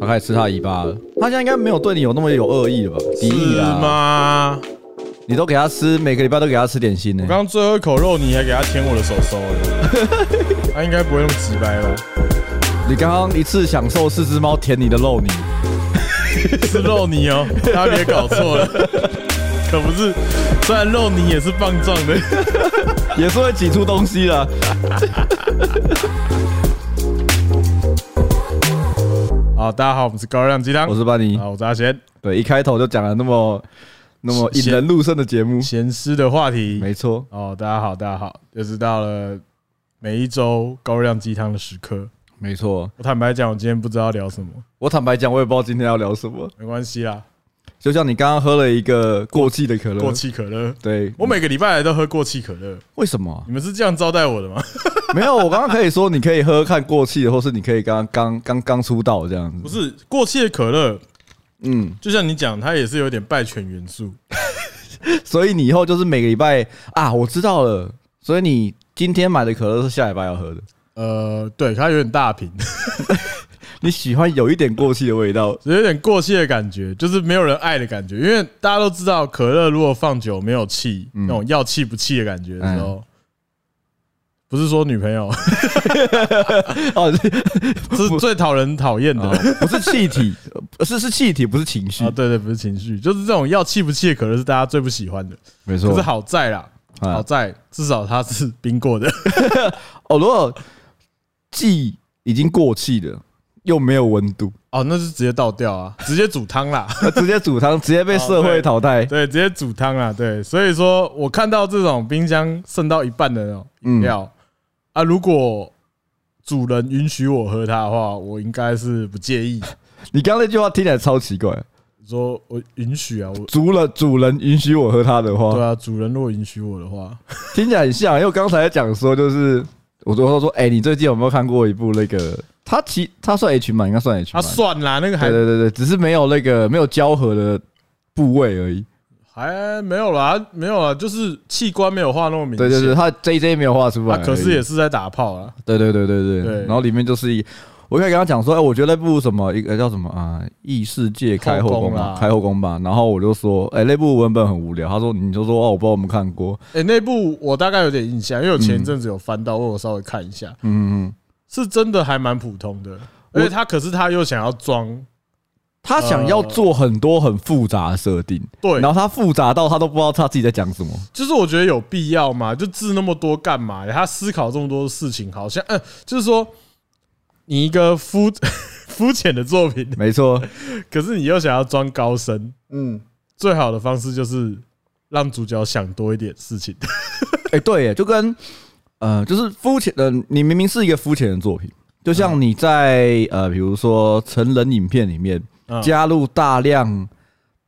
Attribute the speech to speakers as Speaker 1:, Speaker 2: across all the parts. Speaker 1: 他开始吃他的尾巴了。他现在应该没有对你有那么有恶意了吧？敌意
Speaker 2: 是
Speaker 1: 啦，
Speaker 2: 吗？
Speaker 1: 你都给他吃，每个礼拜都给他吃点心呢、
Speaker 2: 我刚刚最后一口肉，你还给他舔我的手手哎， 他应该不会那么直白哦。
Speaker 1: 你刚刚一次享受四只猫舔你的肉泥，
Speaker 2: 是肉泥 哦，大家别搞错了，可不是。虽然肉泥也是棒状的，
Speaker 1: 也是会挤出东西啊啦。
Speaker 2: 好，大家好，我们是高热量鸡汤，
Speaker 1: 我是班尼，
Speaker 2: 啊，我是阿贤。
Speaker 1: 对，一开头就讲了那么那么引人入胜的节目，
Speaker 2: 闲湿的话题，
Speaker 1: 没错。
Speaker 2: 哦，大家好，大家好，又是到了每一周高热量鸡汤的时刻。
Speaker 1: 没错，
Speaker 2: 我坦白讲，我今天不知道聊什么，
Speaker 1: 我坦白讲，我也不知道今天要聊什么。
Speaker 2: 没关系啦，
Speaker 1: 就像你刚刚喝了一个过期的可乐，
Speaker 2: 过期可乐。
Speaker 1: 对，
Speaker 2: 我每个礼拜来都喝过期可乐，
Speaker 1: 为什么啊、
Speaker 2: 你们是这样招待我的吗？
Speaker 1: 没有？我刚刚可以说你可以喝看过期的，或是你可以刚刚刚刚出道这样
Speaker 2: 不
Speaker 1: 子。
Speaker 2: 是，过期的可乐，
Speaker 1: 嗯，
Speaker 2: 就像你讲，它也是有点败犬元素。
Speaker 1: 所以你以后就是每个礼拜啊，我知道了。所以你今天买的可乐是下礼拜要喝的。
Speaker 2: 呃，对，它有点大瓶，
Speaker 1: 你喜欢有一点过期的味 道，
Speaker 2: 有点过气的感觉，就是没有人爱的感觉。因为大家都知道，可乐如果放久没有气，
Speaker 1: 嗯哎
Speaker 2: 那种要气不气的感觉的时候，不是说女朋友，
Speaker 1: 哦，是
Speaker 2: 是最讨人讨厌的
Speaker 1: 哦不是气体，呃 是是气体，不是情绪
Speaker 2: 啊。。对对，不是情绪，就是这种要气不气的可乐是大家最不喜欢的。
Speaker 1: 没错
Speaker 2: 可是好在啦，
Speaker 1: 啊
Speaker 2: 好在至少它是冰过的，
Speaker 1: 哦，如果既已经过气了，又没有温度，
Speaker 2: 哦，那就直接倒掉啊，直接煮汤啦。
Speaker 1: 那直接煮汤，直接被社会淘汰。
Speaker 2: 对，直接煮汤啊，对，所以说我看到这种冰箱剩到一半的那种
Speaker 1: 嗯
Speaker 2: 饮料、啊，如果主人允许我喝它的话，我应该是不介意。
Speaker 1: 你刚刚那句话听起来超奇怪。
Speaker 2: 说我允许啊，我
Speaker 1: 主了主人允许我喝它的
Speaker 2: 对
Speaker 1: 话，
Speaker 2: 啊，主人如果允许我的话，
Speaker 1: 听起来很像。因为我刚才讲说，就是我最后说，哎，你最近有没有看过一部那个？它其它算 H 漫，应该算 H 漫。
Speaker 2: 啊，算啦，那个还
Speaker 1: 对对对对，只是没有那个没有交合的部位而已。
Speaker 2: 还没有啦，没有啦，就是器官没有画那么明
Speaker 1: 对
Speaker 2: 显，
Speaker 1: 对对，它 J J 没有画出来
Speaker 2: 啊，
Speaker 1: 而已。
Speaker 2: 可是也是在打炮啊，
Speaker 1: 对对对对对
Speaker 2: 对，
Speaker 1: 然后里面就是一，我一开始跟他讲说，哎，我觉得那部什么一个叫什么啊，异世界开后
Speaker 2: 后宫啊
Speaker 1: 宫啊
Speaker 2: 啦
Speaker 1: 吧，开后宫吧。然后我就说，哎，那部文本很无聊。他说，你就说哦，我不知道我们看过。
Speaker 2: 哎，那部我大概有点印象，因为我前一阵子有翻到，我有稍微看一下，
Speaker 1: 嗯嗯嗯，
Speaker 2: 是真的还蛮普通的，而且他可是他又想要装。
Speaker 1: 他想要做很多很复杂的设定，
Speaker 2: 呃对，
Speaker 1: 然后他复杂到他都不知道他自己在讲什么。
Speaker 2: 就是我觉得有必要吗？就治那么多干嘛？他思考这么多事情，好像嗯、呃就是说你一个肤 肤浅的作品，
Speaker 1: 没错，
Speaker 2: 可是你又想要装高深，
Speaker 1: 嗯，
Speaker 2: 最好的方式就是让主角想多一点事情。
Speaker 1: 哎，对耶，就跟呃，就是肤浅的，你明明是一个肤浅的作品，就
Speaker 2: 嗯
Speaker 1: 像你在呃，比如说成人影片里面，
Speaker 2: 嗯
Speaker 1: 加入大量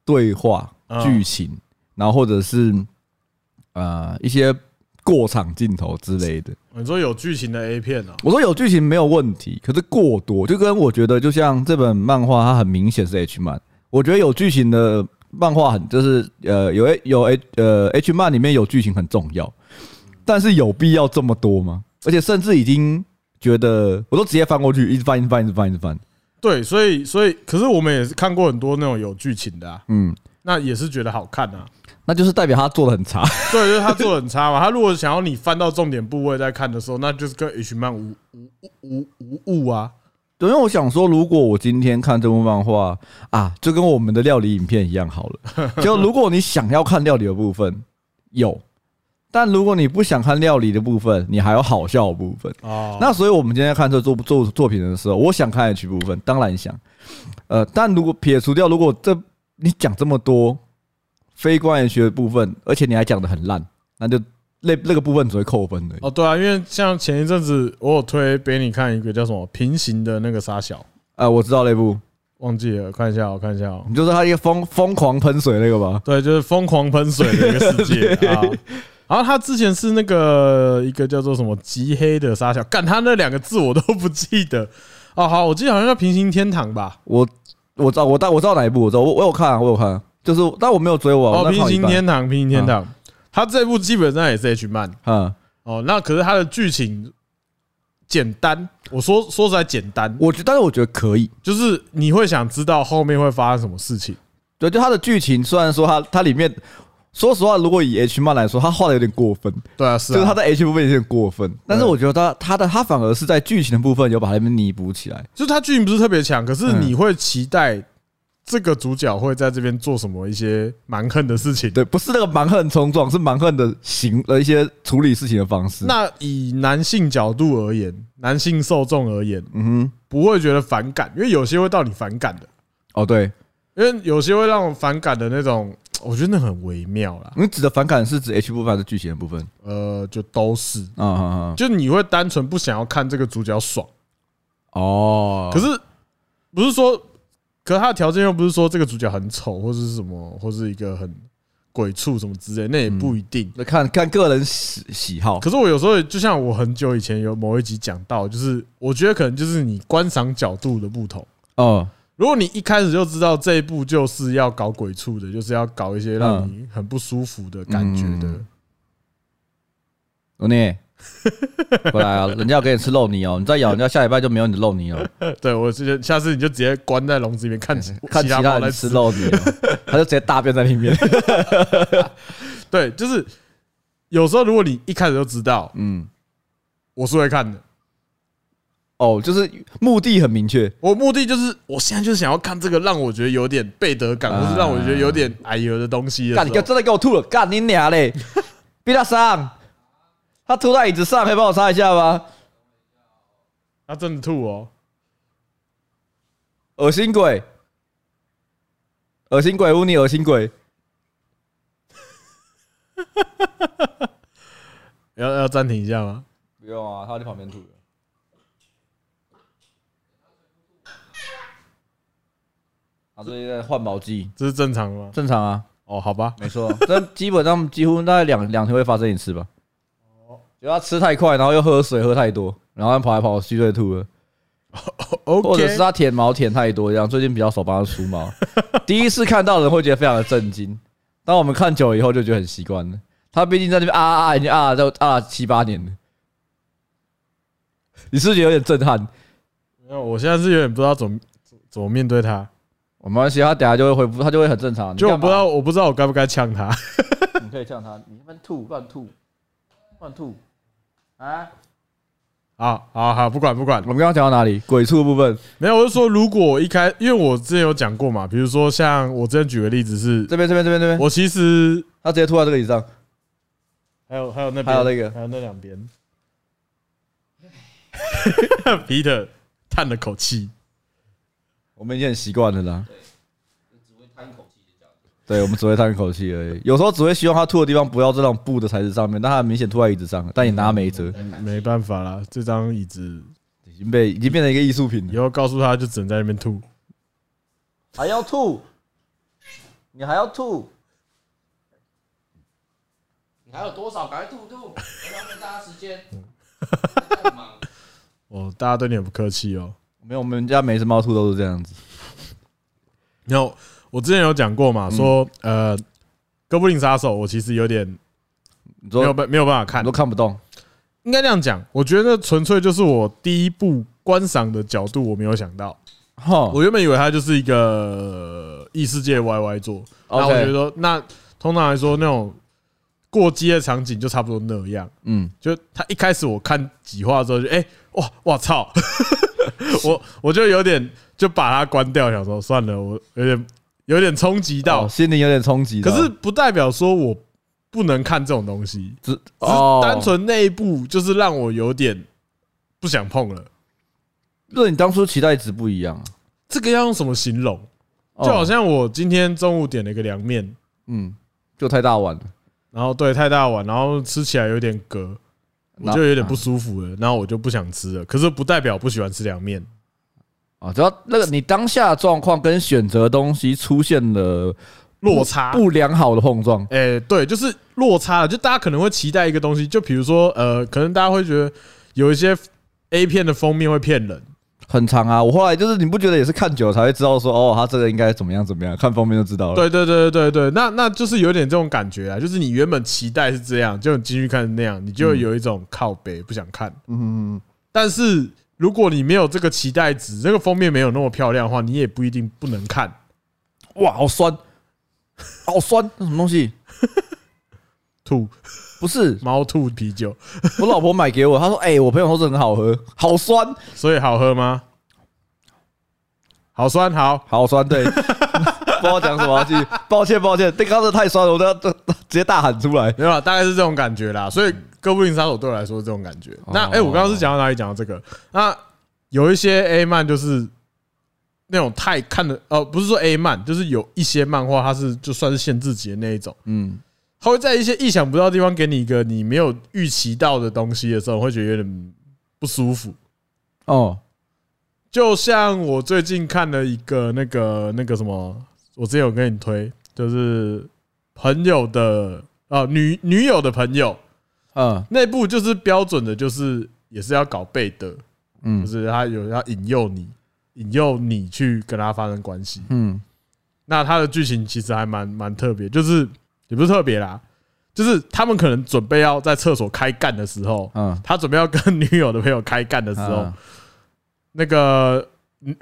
Speaker 1: 对话
Speaker 2: 嗯、
Speaker 1: 剧情，然后或者是呃一些过场镜头之类的。
Speaker 2: 你说有剧情的 A 片啊？
Speaker 1: 我说有剧情没有问题，可是过多就跟我觉得，就像这本漫画，它很明显是 H 漫。我觉得有剧情的漫画很就是呃有有 H 呃 H 漫里面有剧情很重要，但是有必要这么多吗？而且甚至已经觉得我都直接翻过去，一直翻一直翻一直翻一直翻，
Speaker 2: 对，所以所以，可是我们也是看过很多那种有剧情的啊，
Speaker 1: 嗯，
Speaker 2: 那也是觉得好看啊。
Speaker 1: 那就是代表他做的很差。
Speaker 2: 对，就是他做的很差嘛。他如果想要你翻到重点部位再看的时候，那就是跟 H 漫无无无无无误啊。
Speaker 1: 对，因为我想说，如果我今天看这部漫画啊，就跟我们的料理影片一样好了。就如果你想要看料理的部分有，但如果你不想看料理的部分，你还有好笑的部分。
Speaker 2: 哦
Speaker 1: 那所以我们今天看这作作作品的时候，我想看 H 部分，当然想。呃，但如果撇除掉，如果这你讲这么多非关 H 的部分，而且你还讲的很烂，那就那那个部分只会扣分的。
Speaker 2: 哦，对啊，因为像前一阵子我有推给你看一个叫什么平行的那个沙小，
Speaker 1: 呃，我知道那部，
Speaker 2: 忘记了，看一下哦，我看一下哦。
Speaker 1: 你就是他一个疯疯狂喷水那个吧。
Speaker 2: 对，就是疯狂喷水的一个世界啊。然后他之前是那个一个叫做什么极黑的沙小，干他那两个字我都不记得。哦，好，我记得好像叫平行天堂吧？
Speaker 1: 我我知道我大我知道哪一部，我知道我我有看、啊、我有看啊、就是但我没有追完。我
Speaker 2: 哦，
Speaker 1: 在
Speaker 2: 平
Speaker 1: 看一
Speaker 2: 行
Speaker 1: 半嗯
Speaker 2: 天堂，平行天堂。他这部基本上也是 H 漫
Speaker 1: 啊，
Speaker 2: 哦，那可是他的剧情简单，我说说实在简单，
Speaker 1: 我觉，但是我觉得可以。
Speaker 2: 就是你会想知道后面会发生什么事情。
Speaker 1: 对，就它的剧情，虽然说它它里面，说实话，如果以 H 漫来说，它画的有点过分，
Speaker 2: 对啊，是
Speaker 1: 就是它
Speaker 2: 啊，
Speaker 1: 在 H 部分有点过分。但是我觉得它它的它反而是在剧情的部分有把它们弥补起来。
Speaker 2: 就是他剧情不是特别强，可是你会期待这个主角会在这边做什么一些蛮横的事情。
Speaker 1: 对，不是那个蛮横冲撞，是蛮横的行呃的一些处理事情的方式。
Speaker 2: 那以男性角度而言，男性受众而言，
Speaker 1: 嗯哼，
Speaker 2: 不会觉得反感，因为有些会到你反感的，
Speaker 1: 哦，对，
Speaker 2: 因为有些会让我反感的那种，我觉得那很微妙啦。
Speaker 1: 你指的反感是指 H 部分还是剧情的部分？
Speaker 2: 呃，就都是，
Speaker 1: 啊啊啊！
Speaker 2: 就你会单纯不想要看这个主角爽，
Speaker 1: 哦，
Speaker 2: 可是不是说，可是他的条件又不是说这个主角很丑，或是什么，或是一个很鬼畜什么之类，那也不一定。
Speaker 1: 那看看个人喜喜好。
Speaker 2: 可是我有时候也就像我很久以前有某一集讲到，就是我觉得可能就是你观赏角度的不同。
Speaker 1: 哦，
Speaker 2: 如果你一开始就知道这一部就是要搞鬼畜的，就是要搞一些让你很不舒服的感觉的，
Speaker 1: 嗯罗尼， 过来啊！人家要给你吃肉泥哦，你再咬人家下礼拜就没有你的肉泥了。
Speaker 2: 对我之前下次你就直接关在笼子里面嗯看其
Speaker 1: 看其他
Speaker 2: 他猫在
Speaker 1: 人吃。肉泥哦，他就直接大便在里面。
Speaker 2: 对，就是有时候如果你一开始就知道，
Speaker 1: 嗯，
Speaker 2: 我是会看的。
Speaker 1: 哦，就是目的很明确。
Speaker 2: 我目的就是，我现在就是想要看这个让我觉得有点背德感，
Speaker 1: 啊
Speaker 2: 或是让我觉得有点哎呦的东西的时
Speaker 1: 干，你
Speaker 2: 候。
Speaker 1: 真的给我吐了！干你娘 嘞！逼他上，他吐在椅子上，可以帮我擦一下吗？
Speaker 2: 他真的吐哦，
Speaker 1: 恶心鬼，恶心鬼污你恶心鬼！
Speaker 2: 要要暂停一下吗？
Speaker 1: 不用啊，他在旁边吐了。他最近在换毛机，
Speaker 2: 这是正常的吗？
Speaker 1: 正常啊。
Speaker 2: 哦，好吧，
Speaker 1: 没 错，这基本上几乎大概两两天会发生一次吧。就他吃太快，然后又喝水喝太多，然后跑来跑去就会吐了，或者是
Speaker 2: OK，
Speaker 1: 他舔毛舔太多，这样最近比较少帮他梳 毛。第一次看到的人会觉得非常的震惊，当我们看久了以后就觉得很习惯了。他毕竟在那边啊啊啊，已经啊了都啊了七八年了，你是不是觉得有点震撼？
Speaker 2: 没有我现在是有点不知道怎么怎么面对他，
Speaker 1: 我没关系，他等下就会恢复，他就会很正常。你
Speaker 2: 就我
Speaker 1: 干嘛
Speaker 2: 不知道我不知道我该不该呛他。
Speaker 1: 你可以呛他，你乱吐乱吐乱吐啊！
Speaker 2: 好好好，不管不管
Speaker 1: 我，们刚刚讲到哪里？鬼畜的部分，
Speaker 2: 没有，我就说如果我一开，因为我之前有讲过嘛，比如说像我之前举个例子是，
Speaker 1: 这边这边这边这边，
Speaker 2: 我其实
Speaker 1: 他直接吐到这个椅上。
Speaker 2: 还有还有那边
Speaker 1: 还有那个
Speaker 2: 还有那两 边。皮特叹了口气，
Speaker 1: 我们已经很习惯了啦。对，我们只会叹一口气而已。有时候只会希望他吐的地方不要这种布的材质上面，但他很明显吐在椅子上了，但也拿没辙，
Speaker 2: 没办法啦，这张椅子
Speaker 1: 已经被已经变成一个艺术品
Speaker 2: 以
Speaker 1: 了。
Speaker 2: 后告诉他就只能在那边吐。
Speaker 1: 还要吐，你还要吐，
Speaker 3: 你还有多少？赶快吐吐，不要浪费大家时间。太忙了
Speaker 2: 哦，大家对你很不客气哦。
Speaker 1: 没有，我们家每只猫吐都是这样子。
Speaker 2: 然后我之前有讲过
Speaker 1: 嗯
Speaker 2: 嘛，说呃，《哥布林杀手》我其实有点
Speaker 1: 你
Speaker 2: 没
Speaker 1: 说
Speaker 2: 有
Speaker 1: 你
Speaker 2: 办没有办法看
Speaker 1: 都，看不动，
Speaker 2: 应该这样讲，我觉得纯粹就是我第一步观赏的角度我没有想到，
Speaker 1: 哈，
Speaker 2: 我原本以为它就是一个呃异世界 YY 做，那
Speaker 1: OK
Speaker 2: 我觉得说，那通常来说那种过街的场景就差不多那样，
Speaker 1: 嗯，
Speaker 2: 就他一开始我看几话之后就哎、哇哇操， 我我就有点就把它关掉，想说算了，我有点有点冲击
Speaker 1: 哦
Speaker 2: 到，
Speaker 1: 心灵有点冲击的
Speaker 2: 可
Speaker 1: 哦。
Speaker 2: 是不代表说我不能看这种东西，
Speaker 1: 只
Speaker 2: 只
Speaker 1: 哦
Speaker 2: 是单纯那一部就是让我有点不想碰了。
Speaker 1: 那你当初期待值不一样啊，
Speaker 2: 这个要用什么形容？
Speaker 1: 哦
Speaker 2: 就好像我今天中午点了一个凉面，
Speaker 1: 嗯，就太大碗了，
Speaker 2: 然后对太大碗，然后吃起来有点隔，我就有点不舒服了，然后我就不想吃了。可是不代表不喜欢吃凉面，
Speaker 1: 啊，只要那个你当下的状况跟选择的东西出现了
Speaker 2: 落差。
Speaker 1: 不良好的碰撞，
Speaker 2: 哎，对，就是落差了。就大家可能会期待一个东西，就比如说，呃，可能大家会觉得有一些 A 片的封面会骗人，
Speaker 1: 很长啊。我后来就是你不觉得也是看久了才会知道说，哦，他这个应该怎么样怎么样，看封面就知道了。
Speaker 2: 对对对对对对，那那就是有点这种感觉啊，就是你原本期待是这样，就你进去看是那样，你就会有一种靠北不想看。
Speaker 1: 嗯，嗯嗯
Speaker 2: 但是如果你没有这个期待值，这个封面没有那么漂亮的话，你也不一定不能看。
Speaker 1: 哇，好酸，好酸，那什么东西？
Speaker 2: 吐
Speaker 1: 不是，
Speaker 2: 猫吐啤酒，
Speaker 1: 我老婆买给我，她说：“哎、我朋友说这很好喝，好酸，
Speaker 2: 所以好喝吗？好酸好，
Speaker 1: 好酸。”对， 不知道讲什么，继续抱歉，抱歉，这刚刚太酸了，我都要直接大喊出来。
Speaker 2: 没有啦，大概是这种感觉啦。所以《哥布林杀手》对我来说是这种感觉。那哎、我刚刚是讲到哪里？讲到这个。那有一些 A 漫就是那种太看的，呃，不是说 A 漫，就是有一些漫画它是就算是限制级的那一种。
Speaker 1: 嗯，
Speaker 2: 它会在一些意想不到的地方给你一个你没有预期到的东西的时候，会觉得有点不舒服。
Speaker 1: 哦，
Speaker 2: 就像我最近看了一个那个那个什么，我之前有跟你推，就是朋友的啊女女友的朋友
Speaker 1: 嗯
Speaker 2: 那部，就是标准的，就是也是要搞背的，就
Speaker 1: 嗯
Speaker 2: 是他有要引诱你，引诱你去跟他发生关系。
Speaker 1: 嗯，
Speaker 2: 那它的剧情其实还蛮蛮特别，就是也不是特别啦，就是他们可能准备要在厕所开干的时候，
Speaker 1: 嗯
Speaker 2: 他准备要跟女友的朋友开干的时候
Speaker 1: 嗯，
Speaker 2: 那个嗯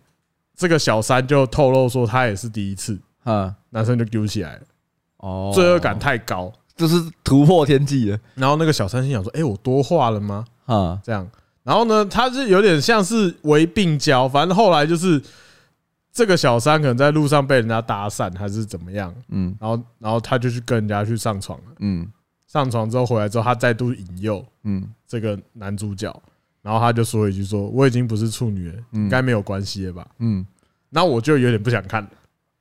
Speaker 2: 这个小三就透露说他也是第一次，
Speaker 1: 嗯，
Speaker 2: 男生就丢起来了，
Speaker 1: 哦，
Speaker 2: 罪恶感太高。
Speaker 1: 就是突破天际了。
Speaker 2: 然后那个小三心想说：“哎，我多话了吗？”
Speaker 1: 啊，
Speaker 2: 这样。然后呢，他是有点像是为病娇，反正后来就是这个小三可能在路上被人家搭讪还是怎么样，
Speaker 1: 嗯
Speaker 2: 然后然后他就去跟人家去上床了。
Speaker 1: 嗯
Speaker 2: 上床之后回来之后，他再度引诱
Speaker 1: 嗯
Speaker 2: 这个男主角，然后他就说一句说：“我已经不是处女了，应该没有关系了吧
Speaker 1: 嗯？”
Speaker 2: 那我就有点不想看了。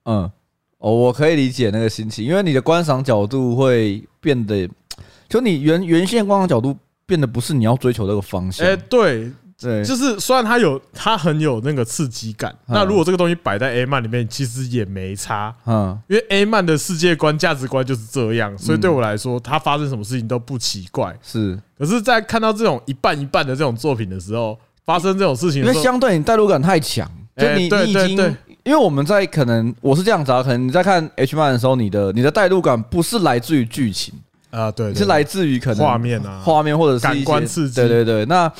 Speaker 1: 嗯，哦，我可以理解那个心情，因为你的观赏角度会变得，就你原原先的观赏角度变得不是你要追求的那个方向。
Speaker 2: 哎，对，
Speaker 1: 对，
Speaker 2: 就是虽然它有它很有那个刺激感，
Speaker 1: 嗯
Speaker 2: 那如果这个东西摆在 A 漫里面，其实也没差，
Speaker 1: 嗯
Speaker 2: 因为 A 漫的世界观价值观就是这样，所以对我来说，它发生什么事情都不奇怪。
Speaker 1: 是。
Speaker 2: 可是，在看到这种一半一半的这种作品的时候，发生这种事情
Speaker 1: 因
Speaker 2: 的
Speaker 1: 为
Speaker 2: 时候，
Speaker 1: 相对你代入感太强，就
Speaker 2: 哎
Speaker 1: 你
Speaker 2: 对
Speaker 1: 你已
Speaker 2: 对
Speaker 1: 经
Speaker 2: 对，
Speaker 1: 因为我们在可能我是这样子啊，可能你在看 H man 的时候，你的你的代入感不是来自于剧情，
Speaker 2: 啊，对，对
Speaker 1: 是来自于可能
Speaker 2: 画面啊
Speaker 1: 画面或者是一些
Speaker 2: 感官刺激
Speaker 1: 对对对，那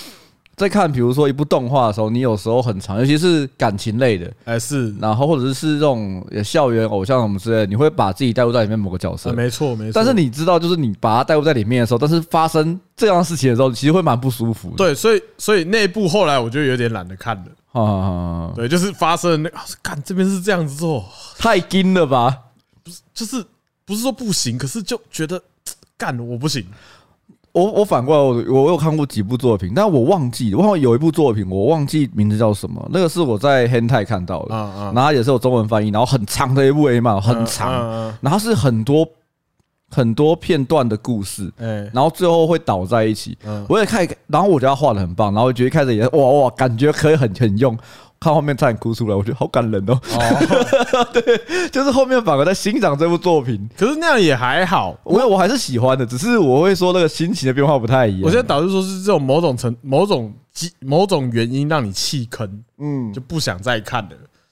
Speaker 1: 在看比如说一部动画的时候，你有时候很长，尤其是感情类的，
Speaker 2: 哎是，
Speaker 1: 然后或者是这种呃校园偶像什么之类的，你会把自己带入在里面某个角
Speaker 2: 啊
Speaker 1: 色。
Speaker 2: 没错没错。
Speaker 1: 但是你知道，就是你把它带入在里面的时候，但是发生这样的事情的时候，其实会蛮不舒服的。
Speaker 2: 对，所以所以内部后来我就有点懒得看了。
Speaker 1: 啊，啊，啊
Speaker 2: 对，就是发生那个，啊干这边是这样子做，
Speaker 1: 太硬了吧？
Speaker 2: 就是不是说不行，可是就觉得干我不行。
Speaker 1: 我我反过来，我我有看过几部作品，但我忘记，我好像有一部作品，我忘记名字叫什么。那个是我在 Hentai 看到的，
Speaker 2: 啊啊
Speaker 1: 然后它也是有中文翻译，然后很长的一部 A 漫，很
Speaker 2: 嗯
Speaker 1: 长，
Speaker 2: 嗯
Speaker 1: 然后是很多很多片段的故事，
Speaker 2: 嗯
Speaker 1: 然后最后会倒在一起。
Speaker 2: 嗯
Speaker 1: 我也看，然后我觉得他画的很棒，然后我觉得一开始也哇哇，感觉可以很很用。看后面差点哭出来，我觉得好感人哦。
Speaker 2: 哎，哦，
Speaker 1: 就是后面反而在欣赏这部作品，
Speaker 2: 可是那样也还好。
Speaker 1: 我我还是喜欢的，只是我会说那个心情的变化不太一样。
Speaker 2: 我现在导致说是这种某种程、某种机、某种原因让你弃坑，
Speaker 1: 嗯
Speaker 2: 就不想再看了。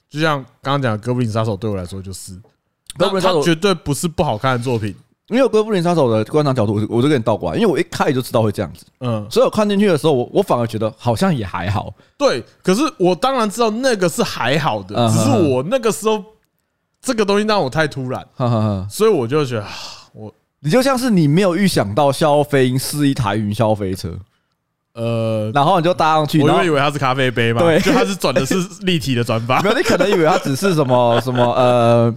Speaker 2: 就像刚刚讲的《哥布林杀手》，对我来说就是，
Speaker 1: 哥布林杀手
Speaker 2: 它绝对不是不好看的作品。
Speaker 1: 因为《哥布林杀手》的观赏角度，我就我就跟你倒过来，因为我一开始就知道会这样子，
Speaker 2: 嗯，
Speaker 1: 所以我看进去的时候，我我反而觉得好像也还好。
Speaker 2: 对。可是我当然知道那个是还好的，
Speaker 1: 嗯
Speaker 2: 只是
Speaker 1: 嗯嗯
Speaker 2: 我那个时候这个东西让我太突然，
Speaker 1: 哈哈哈，
Speaker 2: 所以我就觉得啊我
Speaker 1: 你就像是你没有预想到消飞鹰是一台云霄飞车，
Speaker 2: 呃，
Speaker 1: 然后你就搭上去，
Speaker 2: 我
Speaker 1: 然后
Speaker 2: 原以为它是咖啡杯嘛，
Speaker 1: 对
Speaker 2: 就它是转的是立体的转 法
Speaker 1: 没。有，你可能以为它只是什么 什么呃，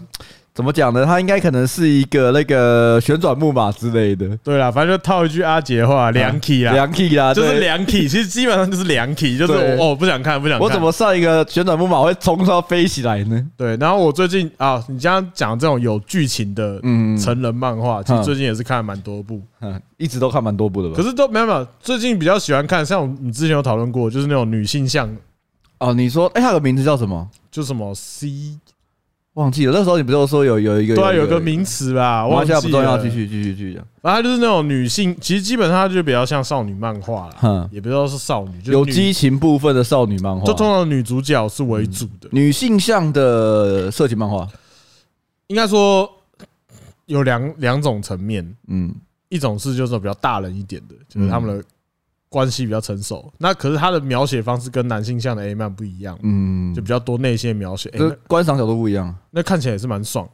Speaker 1: 怎么讲呢？它应该可能是一个那个旋转木马之类的，
Speaker 2: 对啦，反正就套一句阿杰话，凉体啦，
Speaker 1: 两 key 啦，
Speaker 2: 就是
Speaker 1: 啊对。
Speaker 2: 凉体，其实基本上就是凉体，就是
Speaker 1: 对
Speaker 2: 我哦不想看，不想看。
Speaker 1: 我怎么上一个旋转木马会冲到飞起来呢？
Speaker 2: 对？然后我最近啊，你刚刚讲这种有剧情的
Speaker 1: 嗯
Speaker 2: 成人漫画，其实
Speaker 1: 嗯
Speaker 2: 最近也是看了蛮多部，
Speaker 1: 嗯一直都看蛮多部的吧。
Speaker 2: 可是都没有没有，最近比较喜欢看，像我们之前有讨论过，就是那种女性向，
Speaker 1: 哦，你说，哎，它有个名字叫什么？
Speaker 2: 就什么 C，
Speaker 1: 忘记了。那时候你不是说有有一个
Speaker 2: 对啊，有个名词吧，
Speaker 1: 我
Speaker 2: 忘
Speaker 1: 现
Speaker 2: 记
Speaker 1: 在
Speaker 2: 了。
Speaker 1: 不重要，继。续继续继续讲。
Speaker 2: 反正就是那种女性，其实基本上它就比较像少女漫画啦，
Speaker 1: 哼，
Speaker 2: 也不知道是少女，就是
Speaker 1: 有
Speaker 2: 女
Speaker 1: 激情部分的少女漫画，嗯
Speaker 2: 就通常女主角是为主的，
Speaker 1: 女性向的色情漫画。
Speaker 2: 应该说有两两种层面，
Speaker 1: 嗯嗯
Speaker 2: 一种是就是比较大人一点的，就是他们的关系比较成熟。那可是他的描写方式跟男性向的 A 漫不一样，
Speaker 1: 嗯
Speaker 2: 就，比较多内线描写。哎
Speaker 1: 这
Speaker 2: 那
Speaker 1: 观赏角度不一样，
Speaker 2: 那看起来也是蛮爽，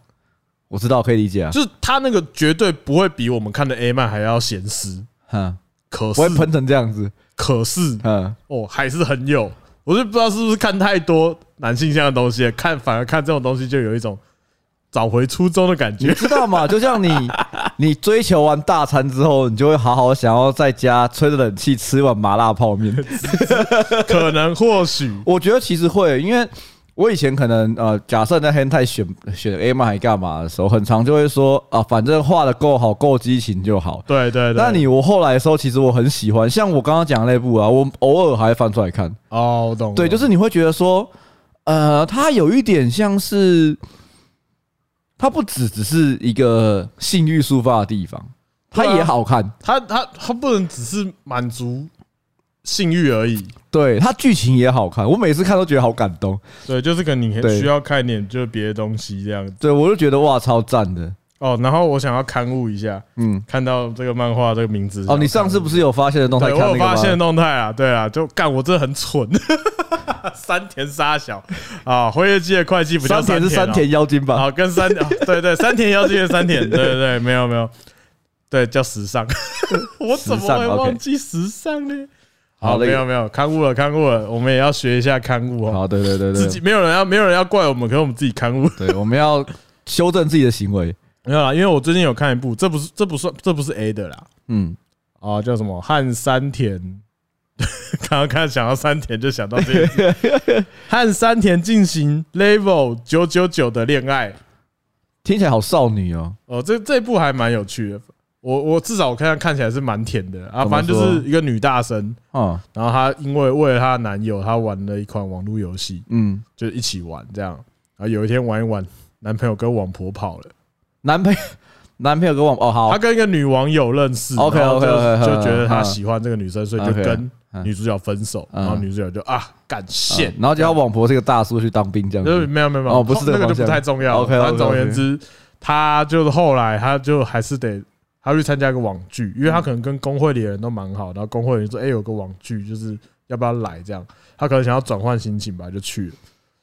Speaker 1: 我知道可以理解啊，
Speaker 2: 就是他那个绝对不会比我们看的 A 漫还要咸湿。
Speaker 1: 哈，
Speaker 2: 可
Speaker 1: 不
Speaker 2: 是
Speaker 1: 会喷成这样子，
Speaker 2: 可是
Speaker 1: 嗯，
Speaker 2: 哦，还是很有。我就不知道是不是看太多男性向的东西，看反而看这种东西就有一种找回初衷的感
Speaker 1: 你
Speaker 2: 觉。
Speaker 1: 知道吗？就像你，你追求完大餐之后，你就会好好想要在家吹着冷气吃一碗麻辣泡 面。
Speaker 2: 可能或许
Speaker 1: 我觉得其实会，因为我以前可能呃，假设那天太选选 A 嘛还干嘛的时候，很常就会说啊，反正画的够好，够激情就好。
Speaker 2: 对对对。
Speaker 1: 那你我后来的时候，其实我很喜欢，像我刚刚讲的那部啊，我偶尔还翻出来看。
Speaker 2: 哦，我懂。
Speaker 1: 对，就是是你会觉得说，呃，它有一点像是，它不只只是一个性欲抒发的地方，它
Speaker 2: 对啊
Speaker 1: 也好看。
Speaker 2: 他他他不能只是满足性欲而已。
Speaker 1: 对它剧情也好看，我每次看都觉得好感动。
Speaker 2: 对，就是可能你
Speaker 1: 对
Speaker 2: 需要看一点就是别的东西这样子
Speaker 1: 对我就觉得哇，超赞的。
Speaker 2: 哦。然后我想要刊物一下，
Speaker 1: 嗯，
Speaker 2: 看到这个漫画这个名字
Speaker 1: 哦，你上次不是有发现的动态
Speaker 2: 啊对
Speaker 1: 看
Speaker 2: 我
Speaker 1: 那
Speaker 2: 有
Speaker 1: 个吗？
Speaker 2: 发现动态啊，对啊，就干我真的很蠢， 三田沙小啊，辉夜姬的会计不叫
Speaker 1: 三田
Speaker 2: 田
Speaker 1: 是
Speaker 2: 三
Speaker 1: 三田妖精 吧？
Speaker 2: 啊，跟三啊对对三田妖姬的三田， 对对对，没有没有，对叫时尚，我怎么
Speaker 1: 时尚
Speaker 2: 会
Speaker 1: ，OK
Speaker 2: 忘记时尚呢？
Speaker 1: 好
Speaker 2: 好，
Speaker 1: 嘞
Speaker 2: 没有没有，刊物了刊物了，我们也要学一下刊物哦。
Speaker 1: 好，对对对
Speaker 2: 自己
Speaker 1: 对，
Speaker 2: 没有人要没有人要怪我们，可是我们自己刊物
Speaker 1: 对，我们要修正自己的行为。
Speaker 2: 没有啦，因为我最近有看一部，这不是这不算这不是 A 的啦，
Speaker 1: 嗯，
Speaker 2: 啊，叫什么汉山田？ 刚刚看想到山田，就想到这个字。 汉山田进行 level 九九九的恋爱，
Speaker 1: 听起来好少女哦。
Speaker 2: 哦，这这部还蛮有趣的。我我至少我看看起来是蛮甜的啊，
Speaker 1: 怎么
Speaker 2: 反正就
Speaker 1: 说
Speaker 2: 是一个女大生，
Speaker 1: 嗯
Speaker 2: 然后她因为为了她的男友，她玩了一款网络游戏，
Speaker 1: 嗯，
Speaker 2: 就一起玩这样。然后有一天玩一玩，男朋友跟网婆跑了，
Speaker 1: 男朋友男朋友跟我哦好
Speaker 2: 他，跟一个女网友认识
Speaker 1: OK，
Speaker 2: 然后
Speaker 1: OK，OK，
Speaker 2: 就
Speaker 1: OK，
Speaker 2: 就觉得他
Speaker 1: 嗯
Speaker 2: 喜欢这个女生，所以就
Speaker 1: OK，
Speaker 2: 跟
Speaker 1: 嗯
Speaker 2: 女主角分手，
Speaker 1: 嗯
Speaker 2: 然后女主角就啊感谢
Speaker 1: 嗯，然后叫他网婆是个大叔去当兵这样
Speaker 2: 就
Speaker 1: 子。
Speaker 2: 是没有没有没有
Speaker 1: 哦不是这
Speaker 2: 那
Speaker 1: 个
Speaker 2: 个就
Speaker 1: 方向
Speaker 2: 不太重要。
Speaker 1: OK，OK，OK
Speaker 2: 反正总而言之，他就是后来他就还是得他去参加一个网剧，因为他可能跟工会里的人都蛮好，然后工会里人说哎有个网剧就是要不要来这样，他可能想要转换心情吧，就去了。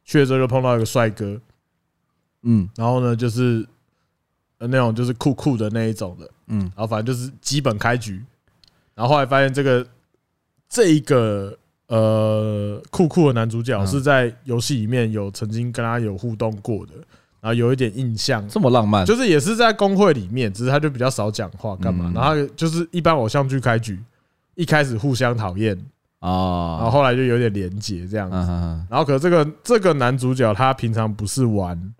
Speaker 2: 去了之后就碰到一个帅哥，
Speaker 1: 嗯
Speaker 2: 然后呢就是呃那种就是酷酷的那一种的，
Speaker 1: 嗯
Speaker 2: 然后反正就是基本开局，然后后来发现这个这一个呃酷酷的男主角
Speaker 1: 嗯
Speaker 2: 是在游戏里面有曾经跟他有互动过的，然后有一点印象，
Speaker 1: 这么浪漫，
Speaker 2: 就是也是在工会里面，只是他就比较少讲话干嘛
Speaker 1: 嗯，
Speaker 2: 然后就是一般偶像剧开局一开始互相讨厌，然后
Speaker 1: 啊，
Speaker 2: 后来就有点连结这样子，
Speaker 1: 嗯嗯
Speaker 2: 然后可这个这个男主角他平常不是玩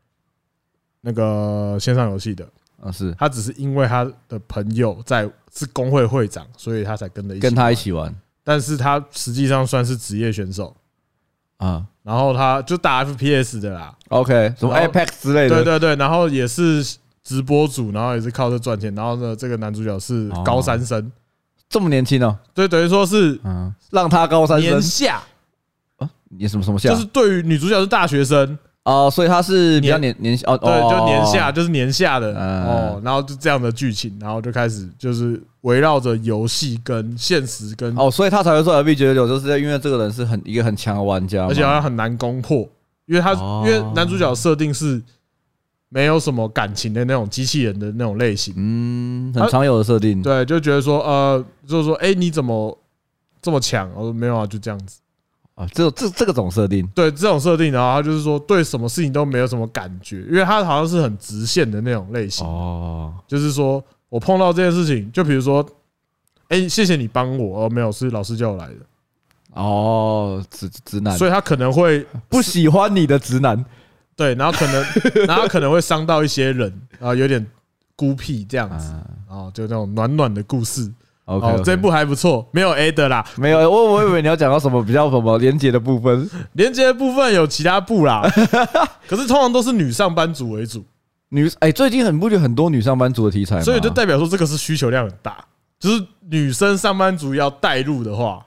Speaker 2: 那个线上游戏的。
Speaker 1: 嗯，是
Speaker 2: 他只是因为他的朋友在是工会会长，所以他才跟着一起
Speaker 1: 跟他一
Speaker 2: 玩。
Speaker 1: 起玩
Speaker 2: 但是他实际上算是职业选手，
Speaker 1: 啊。
Speaker 2: 然后他就打 FPS 的啦，
Speaker 1: OK，什么
Speaker 2: 然后
Speaker 1: Apex 之类的，
Speaker 2: 对对对，然后也是直播主，然后也是靠这赚钱。然后呢，这个男主角是高三生，
Speaker 1: 这么年轻哦，
Speaker 2: 所以等于说是
Speaker 1: 嗯，让他高三生
Speaker 2: 年下，
Speaker 1: 啊，你什么什么下
Speaker 2: 就是对于女主角是大学生，
Speaker 1: 哦，所以他是比较年年哦，
Speaker 2: 对，
Speaker 1: 哦
Speaker 2: 就年下，就是年下的
Speaker 1: 嗯
Speaker 2: 哦。然后就这样的剧情，然后就开始就是围绕着游戏跟现实跟，
Speaker 1: 哦，所以他才会说 LB 九九九，就是因为这个人是很一个很强的玩家嘛，
Speaker 2: 而且好像很难攻破，因为他
Speaker 1: 哦
Speaker 2: 因为男主角设定是没有什么感情的那种机器人的那种类型，
Speaker 1: 嗯，很常有的设定，
Speaker 2: 对，就觉得说呃，就是说哎、你怎么这么强？我说没有啊，就这样子。
Speaker 1: 啊，这这这个种设定，
Speaker 2: 对这种设定，然后他就是说对什么事情都没有什么感觉，因为他好像是很直线的那种类型，
Speaker 1: 哦，
Speaker 2: 就是说我碰到这件事情，就比如说。哎、谢谢你帮我哦，没有是老师叫我来的，
Speaker 1: 哦，直直男，
Speaker 2: 所以他可能会
Speaker 1: 不喜欢你的直男，
Speaker 2: 对，然后可能， 然后可能会伤到一些人，然后有点孤僻这样子，
Speaker 1: 嗯
Speaker 2: 哦，就那种暖暖的故事。
Speaker 1: ，OK，
Speaker 2: 哦，这部还不错，没有 A 的啦。
Speaker 1: 没有，我我以为你要讲到什么比较什么连结的部分，
Speaker 2: 连接的部分有其他部 啦，可是通常都是女上班族为主，
Speaker 1: 女，哎，最近很不觉得很多女上班族的题材吗，
Speaker 2: 所以就代表说这个是需求量很大，就是女生上班族要带入的话，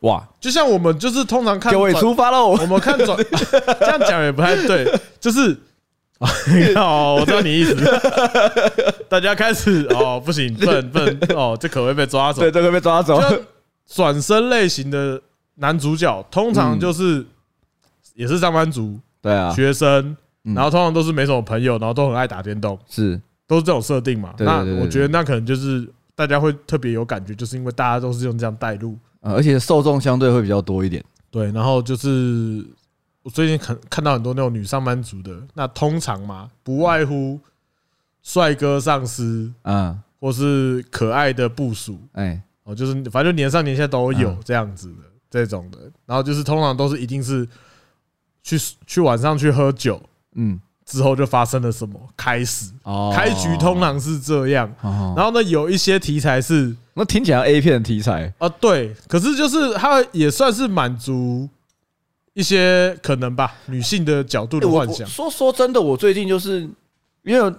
Speaker 1: 哇，
Speaker 2: 就像我们就是通常看
Speaker 1: 各位
Speaker 2: 转
Speaker 1: 出发喽，
Speaker 2: 我们看转，这样讲也不太对，就是。哦，我知道你意思。 大家开始哦，不行，笨笨哦，这可会被抓 走。
Speaker 1: 对，这个被抓走
Speaker 2: 就，像转身类型的男主角，通常就是也是上班族、
Speaker 1: 对嗯啊，
Speaker 2: 学生，
Speaker 1: 嗯
Speaker 2: 然后通常都是没什么朋友，然后都很爱打电动，
Speaker 1: 是
Speaker 2: 都是这种设定嘛。
Speaker 1: 对对
Speaker 2: 那
Speaker 1: 对对
Speaker 2: 我觉得那可能就是大家会特别有感觉，就是因为大家都是用这样带入。
Speaker 1: 呃，而且受众相对会比较多一点。
Speaker 2: 对，然后就是我最近看看到很多那种女上班族的，那通常嘛，不外乎帅哥上司
Speaker 1: 嗯，
Speaker 2: 或是可爱的部属，
Speaker 1: 哎，
Speaker 2: 哦，就是反正年上年下都有
Speaker 1: 嗯
Speaker 2: 这样子的这种的，然后就是通常都是一定是去去晚上去喝酒
Speaker 1: 嗯，
Speaker 2: 之后就发生了什么，开始
Speaker 1: 哦
Speaker 2: 开局通。啊常是这样，
Speaker 1: 哦，
Speaker 2: 然后呢有一些题材是
Speaker 1: 那听起来像 A 片的题材，
Speaker 2: 啊对，可是就是它也算是满足一些可能吧女性的角度
Speaker 1: 欸
Speaker 2: 的
Speaker 1: 我
Speaker 2: 幻
Speaker 1: 我
Speaker 2: 想，
Speaker 1: 说说真的，我最近就是因为，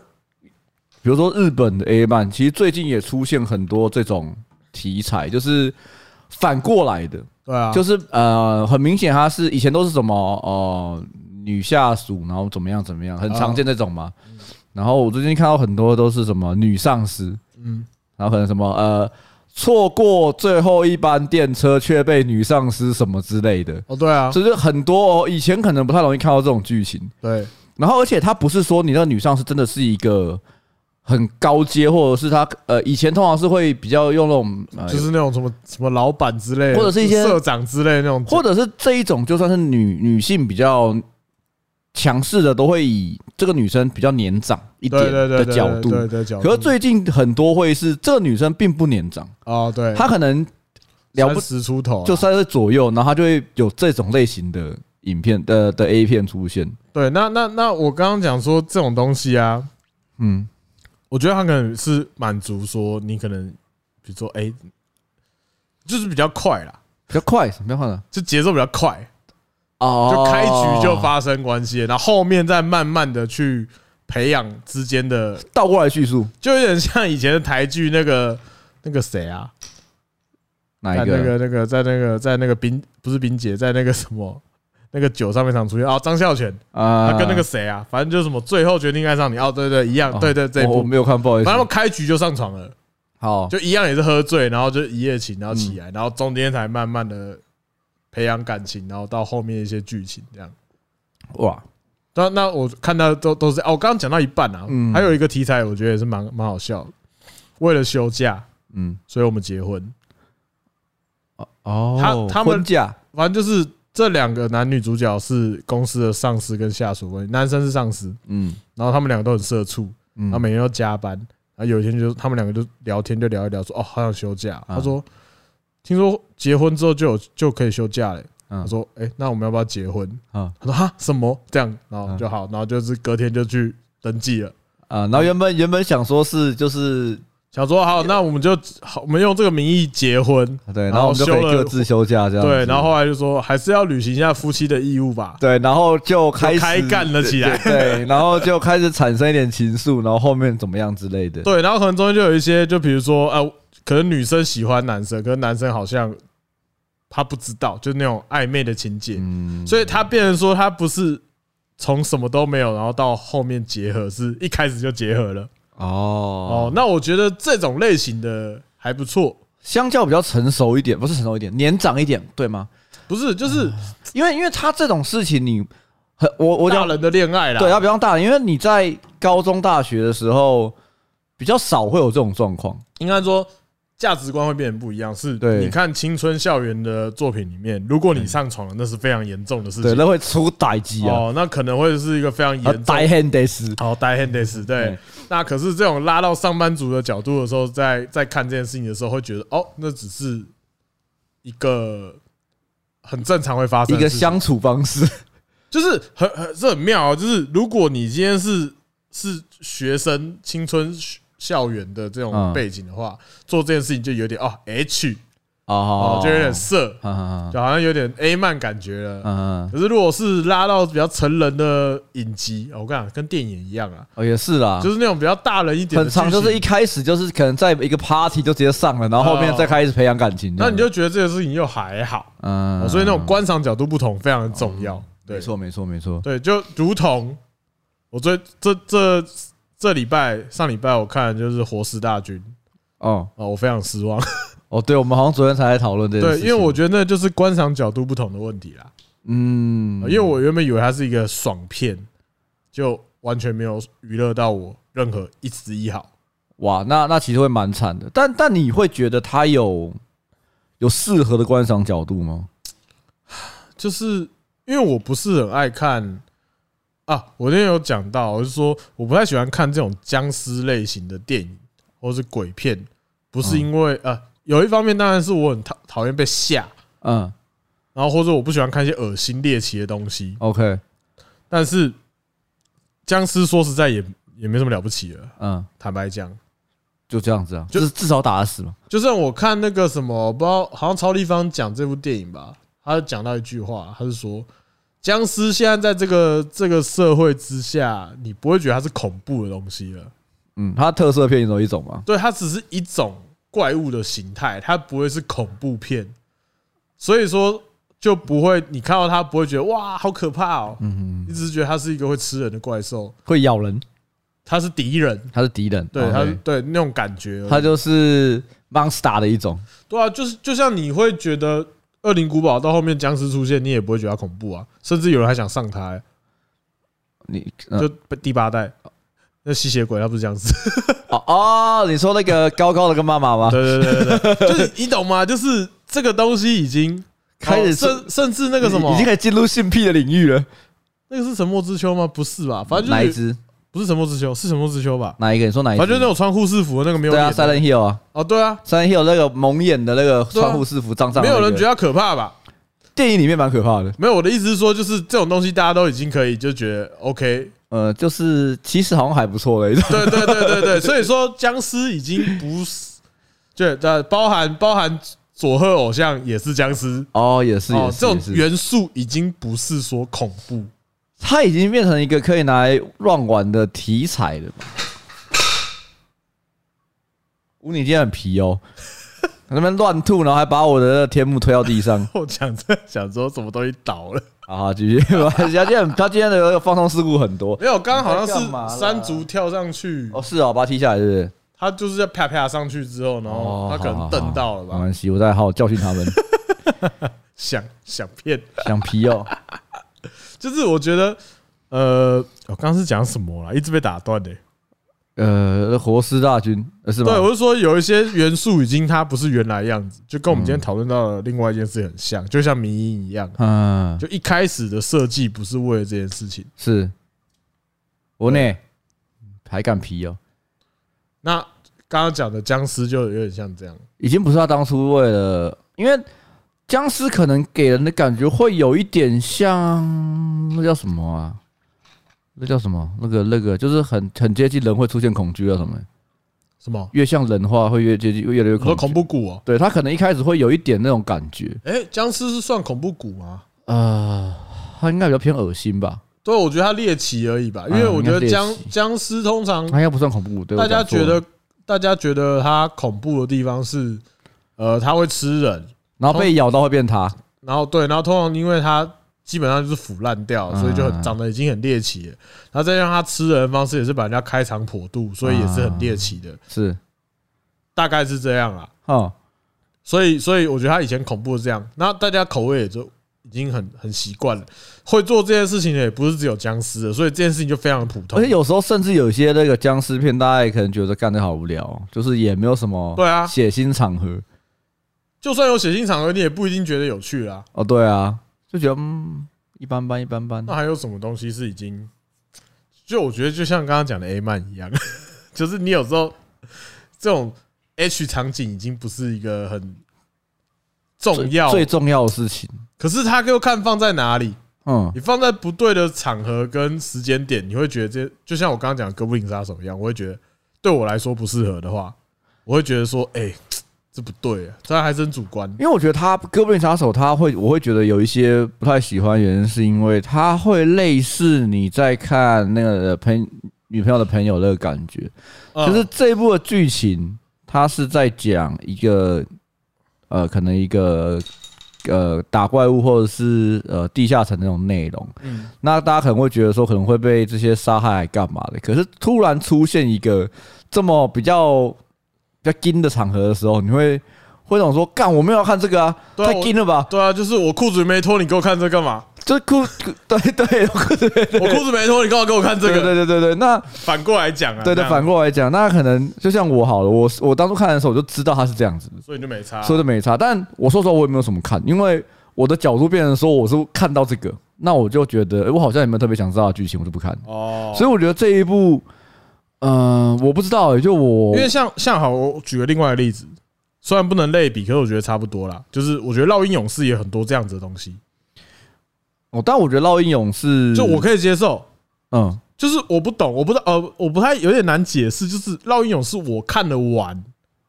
Speaker 1: 比如说日本的 A 漫，其实最近也出现很多这种题材，就是反过来的，
Speaker 2: 对啊，
Speaker 1: 就是是呃，很明显它是以前都是什么呃女下属，然后怎么样怎么样，很常见
Speaker 2: 哦
Speaker 1: 这种嘛。然后我最近看到很多都是什么女上司，
Speaker 2: 嗯，
Speaker 1: 然后可能什么呃。错过最后一班电车，却被女上司什么之类的，
Speaker 2: 哦对啊，
Speaker 1: 就是很多哦。以前可能不太容易看到这种剧情，
Speaker 2: 对
Speaker 1: 然后，而且她不是说你那个女上司真的是一个很高阶，或者是她呃，以前通常是会比较用那种呃，
Speaker 2: 就是那种什么什么老板之类的，
Speaker 1: 或者是一些
Speaker 2: 社长之类的那种，
Speaker 1: 或者是这一种就算是女女性比较强势的，都会以这个女生比较年长一点
Speaker 2: 对对对
Speaker 1: 的
Speaker 2: 对
Speaker 1: 角度。
Speaker 2: 对嗯对角度，
Speaker 1: 可是最近很多会是这个女生并不年长，
Speaker 2: 哦对，
Speaker 1: 她可能了不
Speaker 2: 十出头啊，
Speaker 1: 就三十左右，然后她就会有这种类型的影片的的 A 片出现。
Speaker 2: 对。那那那我刚刚讲说这种东西啊，
Speaker 1: 嗯，
Speaker 2: 我觉得他可能是满足说你可能，比如说哎、就是比较快啦，
Speaker 1: 比较快，什么样的？
Speaker 2: 就节奏比较快，
Speaker 1: 哦
Speaker 2: 就开局就发生关系，然后后面再慢慢的去培养之间的，
Speaker 1: 倒过来叙述
Speaker 2: 就有点像以前的台剧那个那个谁啊，
Speaker 1: 哪
Speaker 2: 在
Speaker 1: 一
Speaker 2: 那个那个在那个在那个冰不是冰姐，在那个什么。那个酒上面常出现啊，张孝全，
Speaker 1: 啊
Speaker 2: 他跟那个谁啊，反正就是什么最后决定爱上你哦，对对，一样，对对，这一
Speaker 1: 我我
Speaker 2: 部
Speaker 1: 没有哦看，不好意思
Speaker 2: 反。正他们开局就上床了，
Speaker 1: 好，
Speaker 2: 就一样也是喝醉，然后就一夜情，然后起
Speaker 1: 嗯
Speaker 2: 来，然后中间才慢慢的培养感情，然后到后面一些剧情这样。
Speaker 1: 哇，
Speaker 2: 那那我看到都都是哦，我刚刚讲到一半啊，
Speaker 1: 嗯
Speaker 2: 还有一个题材我觉得也是蛮蛮好笑的，为了休假，
Speaker 1: 嗯，
Speaker 2: 所以我们结婚。
Speaker 1: 哦
Speaker 2: 他他们
Speaker 1: 婚假，
Speaker 2: 反正就是这两个男女主角是公司的上司跟下属关系，男生是上司，
Speaker 1: 嗯
Speaker 2: 然后他们两个都很社畜，
Speaker 1: 嗯
Speaker 2: 然后每天都加班，然后有一天就他们两个就聊天，就聊一聊说哦，好想休假。
Speaker 1: 啊
Speaker 2: 他说，听说结婚之后就有就可以休假嘞。
Speaker 1: 嗯
Speaker 2: 他说，哎，那我们要不要结婚？
Speaker 1: 啊
Speaker 2: 他说哈什么这样，然后
Speaker 1: 嗯
Speaker 2: 就好，然后就是隔天就去登记了。
Speaker 1: 啊，然后原本原本想说是就是
Speaker 2: 想说好，那我们就好，我们用这个名义结婚，
Speaker 1: 对，
Speaker 2: 然
Speaker 1: 然后
Speaker 2: 后
Speaker 1: 我们就可以
Speaker 2: 休了
Speaker 1: 各自休假这样子，
Speaker 2: 对，然后后来就说还是要履行一下夫妻的义务吧，
Speaker 1: 对，然后就开始
Speaker 2: 就开干了起来
Speaker 1: 对，对，然后就开始产生一点情愫，然后后面怎么样之类的，
Speaker 2: 对，然后可能中间就有一些，就比如说，呃，可能女生喜欢男生，可是男生好像他不知道，就是那种暧昧的情节，
Speaker 1: 嗯，
Speaker 2: 所以他变成说他不是从什么都没有，然后到后面结合，是一开始就结合了。哦
Speaker 1: 哦，，
Speaker 2: 那我觉得这种类型的还不错，
Speaker 1: 相较比较成熟一点，不是成熟一点，年长一点，对吗？
Speaker 2: 不是就是
Speaker 1: 因为因为他这种事情你很我我讲
Speaker 2: 大人的恋爱啦。
Speaker 1: 对，他比较大，因为你在高中大学的时候比较少会有这种状况。
Speaker 2: 应该说价值观会变得不一样。是，
Speaker 1: 对嗯
Speaker 2: 你看青春校园的作品里面，如果你上床了，那是非常严重的事
Speaker 1: 对，
Speaker 2: 情。
Speaker 1: 那会出歹机啊，
Speaker 2: 哦，那可能会是一个非常
Speaker 1: 啊
Speaker 2: 严重
Speaker 1: 歹 hand s
Speaker 2: 好，大 hand this 对
Speaker 1: 嗯，
Speaker 2: 那可是这种拉到上班族的角度的时候，在在看这件事情的时候，会觉得哦，那只是一个很正常会发生
Speaker 1: 一
Speaker 2: 的
Speaker 1: 个
Speaker 2: 事情
Speaker 1: 相处方式。
Speaker 2: 就是很很这很妙、哦，就是如果你今天是是学生青春校园的这种
Speaker 1: 嗯
Speaker 2: 背景的话，做这件事情就有点哦 H
Speaker 1: 哦
Speaker 2: 哦，就有点色，
Speaker 1: 嗯嗯
Speaker 2: 就好像有点 A 漫感觉了。
Speaker 1: 嗯，
Speaker 2: 可是如果是拉到比较成人的影集，哦我跟你讲，跟电影一样啊，
Speaker 1: 哦也是啦
Speaker 2: 就，是那种比较大人一点的
Speaker 1: 很
Speaker 2: 剧情，
Speaker 1: 长，就是一开始就是可能在一个 party 就直接上了，然后后面再开始培养感情这
Speaker 2: 那
Speaker 1: 样。
Speaker 2: 你就觉得这个事情又还好，
Speaker 1: 嗯
Speaker 2: 哦所以那种观赏角度不同非常的重要。对
Speaker 1: 没，错没错没错，
Speaker 2: 对，就如同我最这这这礼拜上礼拜我看的就是《活尸大军》
Speaker 1: 哦
Speaker 2: 啊，我非常失望。
Speaker 1: 哦，对，我们好像昨天才在讨论这件事
Speaker 2: 对，
Speaker 1: 情。
Speaker 2: 因为我觉得那就是观赏角度不同的问题啦。
Speaker 1: 嗯，
Speaker 2: 因为我原本以为它是一个爽片，就完全没有娱乐到我任何一丝一毫。
Speaker 1: 哇，那那其实会蛮惨的。但但你会觉得它有有适合的观赏角度吗？
Speaker 2: 就是因为我不是很爱看啊，我那天有讲到，我是说我不太喜欢看这种僵尸类型的电影或是鬼片，不
Speaker 1: 嗯
Speaker 2: 是因为呃，有一方面当然是我很讨讨厌被吓，
Speaker 1: 嗯
Speaker 2: 然后或者我不喜欢看一些恶心猎奇的东西，
Speaker 1: ，OK，
Speaker 2: 但是僵尸说实在也也没什么了不起的，
Speaker 1: 嗯，
Speaker 2: 坦白讲。
Speaker 1: 就这样子啊，
Speaker 2: 就
Speaker 1: 就是至少打得死嘛。
Speaker 2: 就算我看那个什么，不知道好像超立方讲这部电影吧，他讲到一句话，他是说僵尸现在在这个这个社会之下，你不会觉得它是恐怖的东西了，
Speaker 1: 嗯，它特色片有一种嘛，
Speaker 2: 对，它只是一种怪物的形态，它不会是恐怖片，所以说就不会你看到它不会觉得哇好可怕哦，你只是觉得它是一个会吃人的怪兽，
Speaker 1: 会咬人，
Speaker 2: 它是敌人，
Speaker 1: 它是敌人，
Speaker 2: 对，它是
Speaker 1: OK
Speaker 2: 对那种感觉而已，
Speaker 1: 它就是 monster 的一种。
Speaker 2: 对啊，就是就像你会觉得《恶灵古堡》到后面僵尸出现，你也不会觉得它恐怖啊，甚至有人还想上台，
Speaker 1: 你嗯
Speaker 2: 就第八代那吸血鬼，他不是僵 尸，
Speaker 1: 哦哦，你说那个高高的跟妈妈吗？
Speaker 2: 对对对对对，就是你懂吗？就是这个东西已经
Speaker 1: 开始
Speaker 2: 甚甚至哦那个什么
Speaker 1: 已经，可以进入性癖的领域了。
Speaker 2: 那个是神魔之丘吗？不是吧？反正
Speaker 1: 哪
Speaker 2: 就
Speaker 1: 一
Speaker 2: 是
Speaker 1: 只？
Speaker 2: 不是神魔之丘，是神魔之丘吧？
Speaker 1: 哪一个？你说哪一
Speaker 2: 反
Speaker 1: 只？
Speaker 2: 正就是那种穿护士服的那个没有
Speaker 1: 对啊
Speaker 2: 脸的
Speaker 1: ，Silent Hill 啊
Speaker 2: 哦，对啊，
Speaker 1: ，Silent Hill 那个蒙眼的那个
Speaker 2: 对啊
Speaker 1: 穿护士服脏脏
Speaker 2: 没
Speaker 1: 的那
Speaker 2: 有
Speaker 1: 个，
Speaker 2: 人觉得它可怕吧？
Speaker 1: 电影里面蛮可怕的。
Speaker 2: 没有，我的意思是说，就是这种东西大家都已经可以就觉得 OK，
Speaker 1: 呃，就是其实好像还不错的一种。
Speaker 2: 对对对对 对，所以说僵尸已经不是，对对，包含包含佐贺偶像也是僵尸
Speaker 1: 哦，也是
Speaker 2: 哦
Speaker 1: 也，是，
Speaker 2: 这种
Speaker 1: 也是
Speaker 2: 元素已经不是说恐怖，
Speaker 1: 它已经变成一个可以拿来乱玩的题材了嘛。 吴，你今天很皮哦， 那边乱吐，然后还把我的那个天幕推到地上。
Speaker 2: 我讲着想说什么东西倒了，
Speaker 1: 好好，继续。 他今天他今天的那个放松事故很多。
Speaker 2: 没有，刚刚好
Speaker 1: 你在干嘛
Speaker 2: 像
Speaker 1: 啦
Speaker 2: 是山竹跳上去，
Speaker 1: 哦，是哦，把它踢下来，是不是？
Speaker 2: 他就是要啪啪上去之后，然后
Speaker 1: 哦，
Speaker 2: 他可
Speaker 1: 好
Speaker 2: 能
Speaker 1: 好
Speaker 2: 瞪到了
Speaker 1: 好没
Speaker 2: 吧，
Speaker 1: 关系，我再好好教训 他们，
Speaker 2: 想想骗，
Speaker 1: 想皮哦。
Speaker 2: 就是我觉得，呃，我刚刚是讲什么啦，一直被打断的、
Speaker 1: 呃，活尸大军呃是吗？
Speaker 2: 对，我是说有一些元素已经它不是原来样子，就跟我们今天讨论到的另外一件事很像，就像迷音一样，
Speaker 1: 嗯，
Speaker 2: 就一开始的设计不是为了这件事情。
Speaker 1: 是。我呢，还敢皮哦，
Speaker 2: 那刚刚讲的僵尸就有点像这样，
Speaker 1: 已经不是他当初为了，因为僵尸可能给人的感觉会有一点像那叫什么啊？那叫什么？那个那个就是很很接近人会出现恐惧啊什么的？
Speaker 2: 什么？
Speaker 1: 越像人的话，会越接近，越来越
Speaker 2: 你说
Speaker 1: 恐惧
Speaker 2: 恐。怖谷哦？
Speaker 1: 对他可能一开始会有一点那种感觉，
Speaker 2: 哎，僵尸是算恐怖谷吗？
Speaker 1: 呃，他应该比较偏恶心吧？
Speaker 2: 对，我觉得它猎奇而已吧，因为
Speaker 1: 嗯
Speaker 2: 我
Speaker 1: 应该
Speaker 2: 觉得
Speaker 1: 是猎
Speaker 2: 僵
Speaker 1: 奇
Speaker 2: 僵尸通常
Speaker 1: 他应该不算恐怖，对我
Speaker 2: 大家
Speaker 1: 讲错
Speaker 2: 觉
Speaker 1: 了
Speaker 2: 得大家觉得它恐怖的地方是，呃，它会吃人，
Speaker 1: 然后被咬到会变他，
Speaker 2: 然后对，然后通常因为它基本上就是腐烂掉，所以就很
Speaker 1: 嗯
Speaker 2: 长得已经很猎奇了。然后再加上它吃人的方式也是把人家开肠破肚，所以也是很猎奇的，
Speaker 1: 是，
Speaker 2: 大概是这样啦。
Speaker 1: 哦，
Speaker 2: 所以，所以我觉得他以前恐怖是这样，那大家口味也就已经很很习惯了。会做这件事情的也不是只有僵尸的，所以这件事情就非常普通
Speaker 1: 而且。有时候甚至有些那个僵尸片，大家也可能觉得干的好无聊哦，就是也没有什么
Speaker 2: 对啊
Speaker 1: 血腥场合
Speaker 2: 就算有血腥场合，你也不一定觉得有趣啦。
Speaker 1: 哦，对啊，就觉得嗯一般般一般般
Speaker 2: 那，还有什么东西是已经？就我觉得就像刚刚讲的 A 漫一样， 就是你有时候这种 H 场景已经不是一个很重要，
Speaker 1: 最重要的事情，
Speaker 2: 可是它又看放在哪里。
Speaker 1: 嗯
Speaker 2: 你放在不对的场合跟时间点，你会觉得这就像我刚刚讲《哥布林杀手》一样，我会觉得对我来说不适合的话，我会觉得说，哎，这不对啊，这还真主观。
Speaker 1: 因为我觉得他《哥布林杀手》，他会我会觉得有一些不太喜欢，原因是因为他会类似你在看那个呃朋女朋友的朋友那个感觉，
Speaker 2: 就
Speaker 1: 就是这一部的剧情，它是在讲一个呃，可能一个呃打怪物或者是呃地下城那种内容。
Speaker 2: 嗯
Speaker 1: 那大家可能会觉得说，可能会被这些杀害干嘛的。可是突然出现一个这么比较比较惊的场合的时候，你会会长说：“干，我没有要看这个啊，
Speaker 2: 对啊
Speaker 1: 太
Speaker 2: 我
Speaker 1: 硬了吧？
Speaker 2: 对啊，就是我裤子没脱，你给我看这干嘛？
Speaker 1: 这裤对对，裤子 对
Speaker 2: 我裤子没脱，你干嘛给我看这
Speaker 1: 对
Speaker 2: 个？
Speaker 1: 对对对，那
Speaker 2: 反过来讲啊，
Speaker 1: 对对
Speaker 2: 那
Speaker 1: 反过来讲，那可能就像我好了，我我当初看的时候我就知道他是这样子的，
Speaker 2: 所以你就没差。
Speaker 1: 说的没差。但我说实话，我也没有什么看，因为我的角度变成说我是看到这个，那我就觉得诶我好像也没有特别想知道的剧情，我就不看。
Speaker 2: 哦，
Speaker 1: 所以我觉得这一部，嗯，我不知道、欸，就我
Speaker 2: 因为像像好，我举个另外的例子，虽然不能类比，可是我觉得差不多啦。就是我觉得《烙印勇士》也很多这样子的东西，
Speaker 1: 哦，但我觉得《烙印勇士》
Speaker 2: 就我可以接受。
Speaker 1: 嗯，
Speaker 2: 就是我不懂，我不知道，呃，我不太有点难解释。就是《烙印勇士》，我看了完，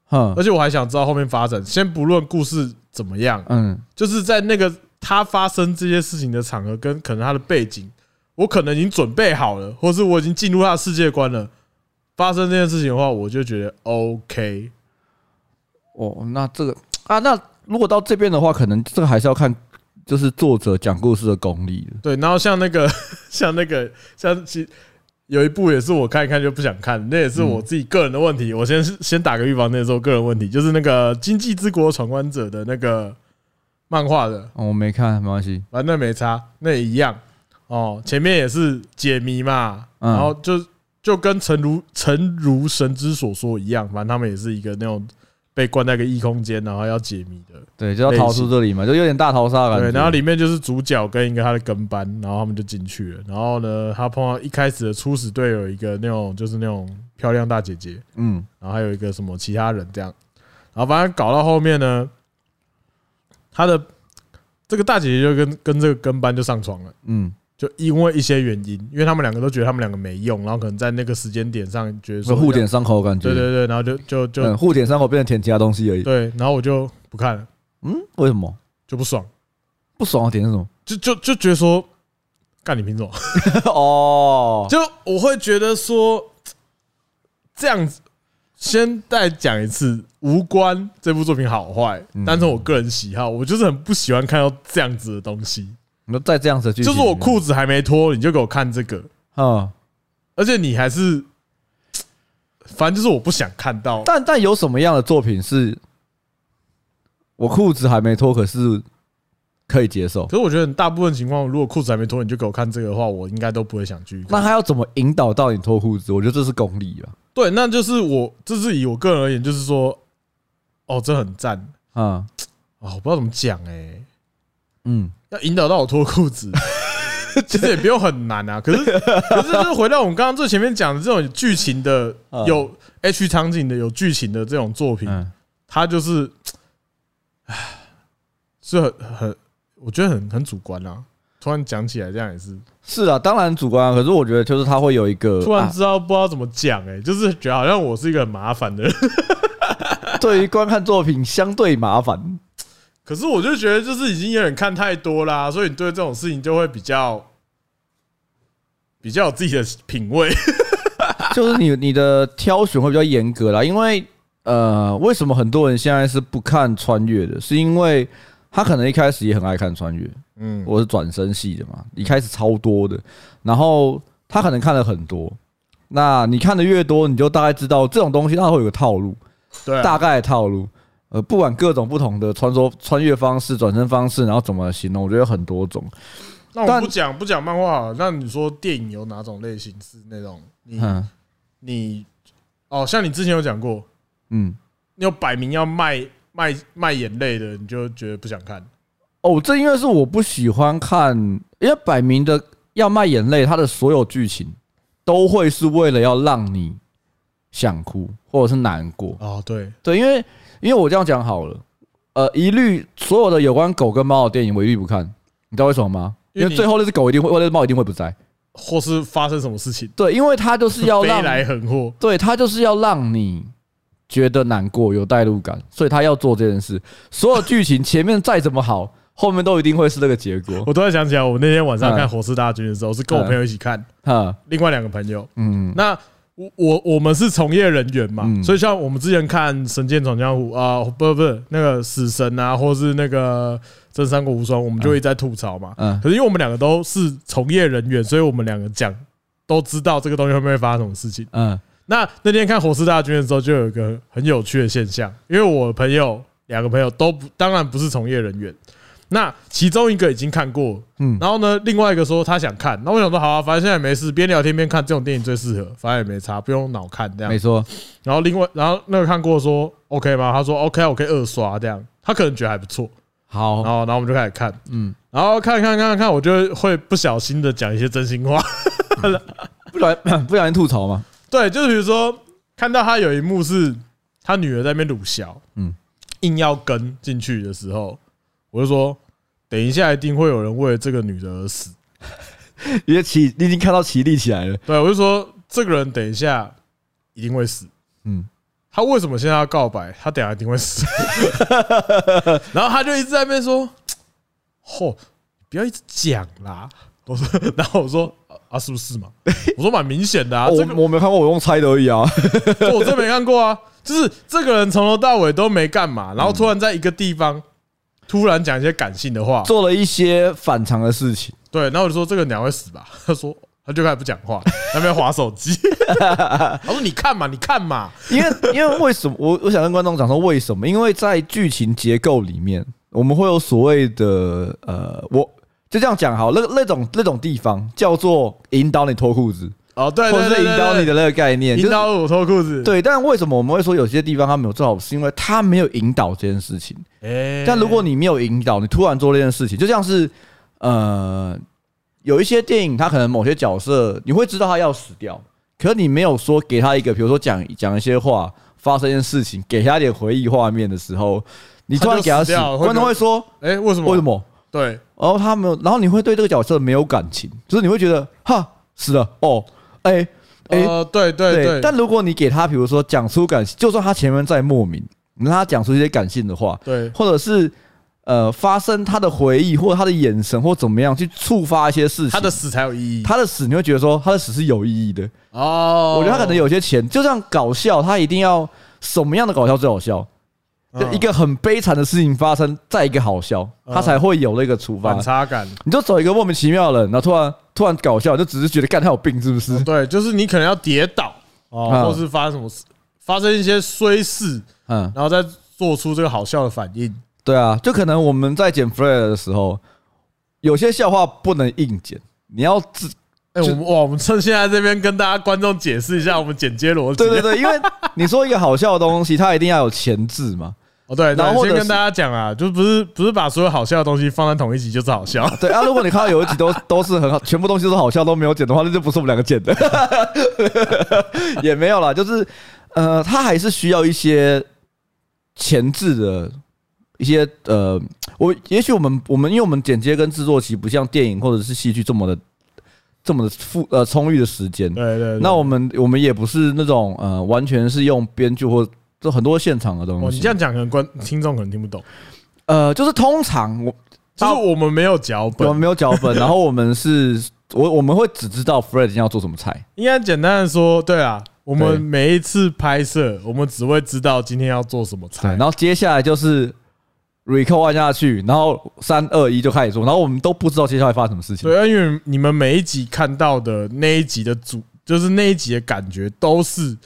Speaker 1: 哼
Speaker 2: 而且我还想知道后面发展。先不论故事怎么样，
Speaker 1: 嗯
Speaker 2: 就是在那个他发生这些事情的场合跟可能他的背景，我可能已经准备好了，或是我已经进入他的世界观了。发生这件事情的话，我就觉得 OK。
Speaker 1: 哦，那这个啊，那如果到这边的话，可能这个还是要看就是作者讲故事的功力了。
Speaker 2: 对，然后像那个 像那个像其有一部也是我看一看就不想看，那也是我自己个人的问题。我先先打个预防针，那时候个人问题就是那个《经济之国闯关者》的那个漫画的，
Speaker 1: 哦，我没看，没关系。
Speaker 2: 反正没差，那也一样哦。前面也是解谜嘛，
Speaker 1: 嗯
Speaker 2: 然后就就跟诚如诚如神之所说一样，反正他们也是一个那种被关在一个异空间，然后要解谜的。
Speaker 1: 对，就要
Speaker 2: 类
Speaker 1: 逃
Speaker 2: 型
Speaker 1: 出这里嘛，就有点大逃杀的感觉。
Speaker 2: 对，然后里面就是主角跟一个他的跟班，然后他们就进去了。然后呢，他碰到一开始的初始队有一个那种就是那种漂亮大姐姐，
Speaker 1: 嗯，
Speaker 2: 然后还有一个什么其他人这样。然后反正搞到后面呢，他的这个大姐姐就跟跟这个跟班就上床了。
Speaker 1: 嗯，
Speaker 2: 就因为一些原因，因为他们两个都觉得他们两个没用，然后可能在那个时间点上觉得
Speaker 1: 是
Speaker 2: 说
Speaker 1: 互点伤口的感觉。
Speaker 2: 对对对，然后就就就
Speaker 1: 嗯，互点伤口变成舔其他东西而已。
Speaker 2: 对，然后我就不看了，
Speaker 1: 嗯，为什么
Speaker 2: 就不爽，
Speaker 1: 不爽的点是什 么？
Speaker 2: 就就就觉得说，干你凭什么？
Speaker 1: 哦，
Speaker 2: 就我会觉得说，这样子，先再讲一次，无关这部作品好坏
Speaker 1: 嗯，
Speaker 2: 单纯我个人喜好，我就是很不喜欢看到这样子的东西，
Speaker 1: 你说再这样子的剧情
Speaker 2: 就
Speaker 1: 里
Speaker 2: 是
Speaker 1: 面，
Speaker 2: 我裤子还没脱，你就给我看这个，
Speaker 1: 嗯，
Speaker 2: 而且你还是，反正就是我不想看到。
Speaker 1: 但但有什么样的作品是我裤子还没脱，可是可以接受？
Speaker 2: 可是我觉得大部分情况，如果裤子还没脱，你就给我看这个的话，我应该都不会想去看。
Speaker 1: 那他要怎么引导到你脱裤子？我觉得这是功力吧。
Speaker 2: 对，那就是我，这是以我个人而言，就是说，哦，这很赞
Speaker 1: 嗯
Speaker 2: 啊、我不知道怎么讲哎、
Speaker 1: 嗯，
Speaker 2: 要引导到我脱 裤子，其实也不用很难啊。可是，可是就是回到我们刚刚最前面讲的这种剧情的
Speaker 1: 嗯
Speaker 2: 有 H 场景的有剧情的这种作品，
Speaker 1: 嗯
Speaker 2: 它就是，唉，是很很，我觉得很很主观啦、突然讲起来，这样也是，
Speaker 1: 是啊，当然主观啊，可是我觉得就是他会有一个
Speaker 2: 突然
Speaker 1: 啊
Speaker 2: 知道不知道怎么讲，哎，就是觉得好像我是一个很麻 烦的人。
Speaker 1: 啊对于观看作品相对麻烦。
Speaker 2: 可是我就觉得，就是已经有点看太多啦、所以你对这种事情就会比较比较有自己的 品味。
Speaker 1: 就是你你的挑选会比较严格啦，因为呃，为什么很多人现在是不看穿越的？是因为他可能一开始也很爱看穿越，
Speaker 2: 嗯，
Speaker 1: 我是转身系的嘛，一开始超多的，然后他可能看了很多。那你看的越多，你就大概知道这种东西它会有个套路，
Speaker 2: 对啊，
Speaker 1: 大概的套路。呃，不管各种不同的穿梭穿越方式、转身方式，然后怎么形容，我觉得有很多种。
Speaker 2: 那我们
Speaker 1: 但
Speaker 2: 不讲不讲漫画好了，那你说电影有哪种类型是那种你
Speaker 1: 嗯
Speaker 2: 你哦，像你之前有讲过，
Speaker 1: 嗯，
Speaker 2: 你有摆明要卖卖卖眼泪的，你就觉得不想看。
Speaker 1: 哦，这因为是我不喜欢看，因为摆明的要卖眼泪，它的所有剧情都会是为了要让你想哭或者是难过。
Speaker 2: 哦，对，
Speaker 1: 对，因为因为我这样讲好了，呃，一律所有的有关狗跟猫的电影，我一律不看。你知道为什么吗？
Speaker 2: 因为
Speaker 1: 因为
Speaker 2: 你
Speaker 1: 最后那只狗一定会，或者那只猫一定会不在。
Speaker 2: 或是发生什么事情，
Speaker 1: 对，因为它就是要
Speaker 2: 飞
Speaker 1: 让
Speaker 2: 来横祸。
Speaker 1: 对他就是要让你觉得难过，有代入感，所以他要做这件事。所有剧情前面再怎么好，后面都一定会是这个结果。
Speaker 2: 我突然想起来，我那天晚上
Speaker 1: 嗯
Speaker 2: 看《火势大军》的时候，是跟我朋友一起看，
Speaker 1: 哈，
Speaker 2: 另外两个朋友，
Speaker 1: 嗯
Speaker 2: 那我我我们是从业人员嘛，
Speaker 1: 嗯
Speaker 2: 所以像我们之前看《神剑闯江湖》啊、不不是那个《死神》啊，或是那个《真三国无双》，我们就一直在吐槽嘛。
Speaker 1: 嗯
Speaker 2: 可是因为我们两个都是从业人员，所以我们两个讲都知道这个东西会不会发生什么事情。
Speaker 1: 嗯
Speaker 2: 那那天看《火势大军》的时候，就有一个很有趣的现象，因为我朋友两个朋友都不，当然不是从业人员。那其中一个已经看过，嗯
Speaker 1: 嗯，
Speaker 2: 然后呢，另外一个说他想看，那我想说好啊，反正现在也没事，边聊天边看这种电影最适合，反正也没差，不用脑看这样
Speaker 1: 没。错，
Speaker 2: 然后另外，然后那个看过说哦 OK 吗？他说 OK，我可以二刷这样，他可能觉得还不错。然
Speaker 1: 好，
Speaker 2: 后，然后我们就开始看，
Speaker 1: 嗯，
Speaker 2: 然后看看看看，我就会不小心的讲一些真心话。
Speaker 1: 不小心 不小心吐槽嘛，
Speaker 2: 对，就是比如说看到他有一幕是他女儿在那边鲁小，嗯
Speaker 1: 嗯，
Speaker 2: 硬要跟进去的时候，我就说等一下一定会有人为了这个女的而死。
Speaker 1: 因为起你已经看到起立起来了，
Speaker 2: 对，我就说这个人等一下一定会死。
Speaker 1: 嗯，
Speaker 2: 他为什么现在要告白？他等一下一定会死。 然后他就一直在那边说：“嚯、不要一直讲啦。”我说，然后我说：“啊啊，是不是嘛？”我说：“蛮明显的啊，这个
Speaker 1: 我我没看过，我用猜的而已啊，
Speaker 2: 这我真没看过啊。就是这个人从头到尾都没干嘛，然后突然在一个地方突然讲一些感性的话，
Speaker 1: 做了一些反常的事情，
Speaker 2: 对，然后我就说这个鸟会死吧，他说他就开始不讲话，在那边划手 机。他说你看嘛，你看嘛，
Speaker 1: 因为因为为什么我我想跟观众讲说为什么？因为在剧情结构里面，我们会有所谓的呃，我就这样讲好，那那种那种地方叫做引导你脱裤子，
Speaker 2: 哦对
Speaker 1: 或者
Speaker 2: 对对
Speaker 1: 是
Speaker 2: 对，
Speaker 1: 引导你的那个概
Speaker 2: 对
Speaker 1: 念，就
Speaker 2: 引
Speaker 1: 是
Speaker 2: 导我脱裤子。，
Speaker 1: 对。但为什么我们会说有些地方他没有做好，是因为他没有引导这件事情。
Speaker 2: 哎
Speaker 1: 但如果你没有引导，你突然做这件事情，就像是呃，有一些电影，他可能某些角色你会知道他要死掉，可你没有说给他一个，比如说讲讲一些话，发生一件事情，给他一点回忆画面的时候，你突然给他死，
Speaker 2: 他就死掉了会
Speaker 1: 观众会说
Speaker 2: 哎为什么
Speaker 1: 为什？么？
Speaker 2: 对，
Speaker 1: 然后他没有，然后你会对这个角色没有感情，就是你会觉得哈死了哦，哎、哎、
Speaker 2: 呃对对对，
Speaker 1: 但如果你给他，比如说讲出感，就算他前面再莫名，你让他讲出一些感性的话，
Speaker 2: 对
Speaker 1: 或者是呃发生他的回忆或者他的眼神或怎么样去触发一些事情，
Speaker 2: 他的死才有意义。
Speaker 1: 他的死你会觉得说他的死是有意义的。
Speaker 2: 哦，
Speaker 1: 我觉得他可能有些钱，就像搞笑，他一定要什么样的搞笑最好笑？就
Speaker 2: 嗯
Speaker 1: 一个很悲惨的事情发生，再一个好笑，他才会有那个触发
Speaker 2: 反。差感。
Speaker 1: 你就走一个莫名其妙的人，然后突然突然搞笑，就只是觉得干他有病是不是？
Speaker 2: 对，就是你可能要跌倒哦，
Speaker 1: 嗯
Speaker 2: 或是发生什么事，发生一些衰事，
Speaker 1: 嗯，
Speaker 2: 然后再做出这个好笑的反应。
Speaker 1: 对啊，就可能我们在剪 flare 的时候，有些笑话不能硬剪，你要自
Speaker 2: 哎，我
Speaker 1: 就
Speaker 2: 们哇，我们趁现在这边跟大家观众解释一下我们剪接逻辑。
Speaker 1: 对对对，因为你说一个好笑的东西，它一定要有前置嘛。
Speaker 2: 哦对，
Speaker 1: 然
Speaker 2: 然
Speaker 1: 后
Speaker 2: 后
Speaker 1: 或者
Speaker 2: 先跟
Speaker 1: 是
Speaker 2: 大家讲啊，就不是不是把所有好笑的东西放在同一集就是 好笑。
Speaker 1: 对啊，如果你看到有一集都 都是很好，全部东西都是好笑都没有剪的话，那就不是我们两个剪的， 也没有啦，就是呃，它还是需要一些前置的一些呃，我也许我们我们因为我们剪接跟制作期不像电影或者是戏剧这么的这么的富呃充裕的时间，
Speaker 2: 对对对，
Speaker 1: 那我们我们也不是那种呃完全是用编剧或这很多现场的东
Speaker 2: 哦
Speaker 1: 西，
Speaker 2: 你这样讲可能观听众可能听不懂，
Speaker 1: 呃，就是通常我
Speaker 2: 就是我们没有脚
Speaker 1: 我
Speaker 2: 本
Speaker 1: 们，没有脚 本，然后我们是，我我们会只知道 Fred 要做什么菜，
Speaker 2: 应该简单的说，对啊，我
Speaker 1: 对
Speaker 2: 们每一次拍摄，我们只会知道今天要做什么菜
Speaker 1: 然。后接下来就是 recall 按下去，然后三二一就开始做，然后我们都不知道接下来发生什么事情。
Speaker 2: 对，因为你们每一集看到的那一集的主，就是那一集的感觉，都是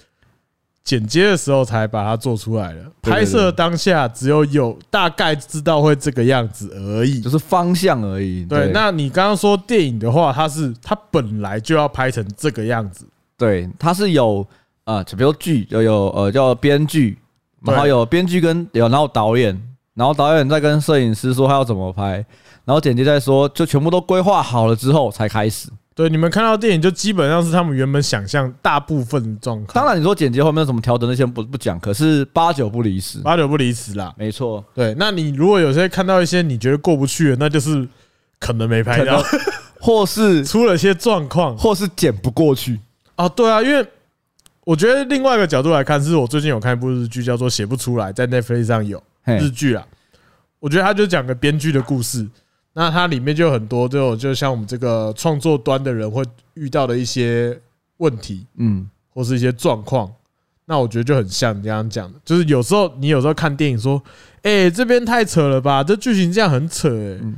Speaker 2: 剪接的时候才把它做出来的。
Speaker 1: 对对对
Speaker 2: 拍摄当下只有有大概知道会这个样子而已
Speaker 1: 就。是方向而已。
Speaker 2: 对，那你刚刚说电影的话，它是它本来就要拍成这个样子。
Speaker 1: 对，它是有呃，比如说剧有有呃叫编剧，
Speaker 2: 对
Speaker 1: 然后有编剧跟有然后导演，然后导演再跟摄影师说他要怎么拍，然后剪辑再说，就全部都规划好了之后才开始。
Speaker 2: 对，你们看到电影就基本上是他们原本想象大部分的状况，
Speaker 1: 当然，你说剪辑后面怎么调整那些不不讲，可是八九不离十，
Speaker 2: 八九不离十啦。
Speaker 1: 没错。
Speaker 2: 对，那你如果有些看到一些你觉得过不去的，那就是可能没拍
Speaker 1: 可能
Speaker 2: 到，
Speaker 1: 或 是
Speaker 2: 出了些状况。
Speaker 1: 或是剪不过去。
Speaker 2: 哦，对啊，因为我觉得另外一个角度来看，是我最近有看一部日剧，叫做《写不出来》，在 Netflix 上有
Speaker 1: 嘿
Speaker 2: 日剧啦。我觉得它就讲个编剧的故事，那它里面就有很多这种，就像我们这个创作端的人会遇到的一些问题
Speaker 1: 嗯，
Speaker 2: 或是一些状况。那我觉得就很像你刚刚讲的，就是有时候你有时候看电影说，哎，这边太扯了吧，这剧情这样很扯、欸，
Speaker 1: 嗯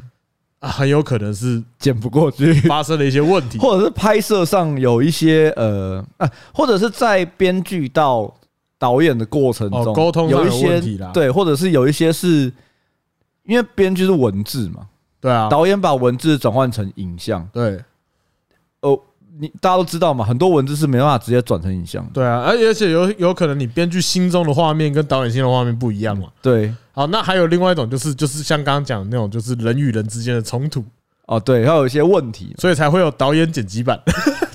Speaker 2: 啊，很有可能是
Speaker 1: 剪不过 去，
Speaker 2: 发生了一些问题。
Speaker 1: 或者是拍摄上有一些呃啊，或者是在编剧到导演的过程
Speaker 2: 哦
Speaker 1: 中，
Speaker 2: 沟通上
Speaker 1: 有一
Speaker 2: 有
Speaker 1: 些
Speaker 2: 问题啦
Speaker 1: 对，或者是有一些是因为编剧是文字嘛，
Speaker 2: 对啊，
Speaker 1: 导演把文字转换成影像，
Speaker 2: 对
Speaker 1: 哦，你大家都知道嘛，很多文字是没办法直接转成影像的，
Speaker 2: 对啊，而且而且有有可能你编剧心中的画面跟导演心中的画面不一样嘛。
Speaker 1: 对，
Speaker 2: 好，那还有另外一种就是就是像刚刚讲的那种，就是人与人之间的冲突，
Speaker 1: 哦，对，还有一些问题，
Speaker 2: 所以才会有导演剪辑版。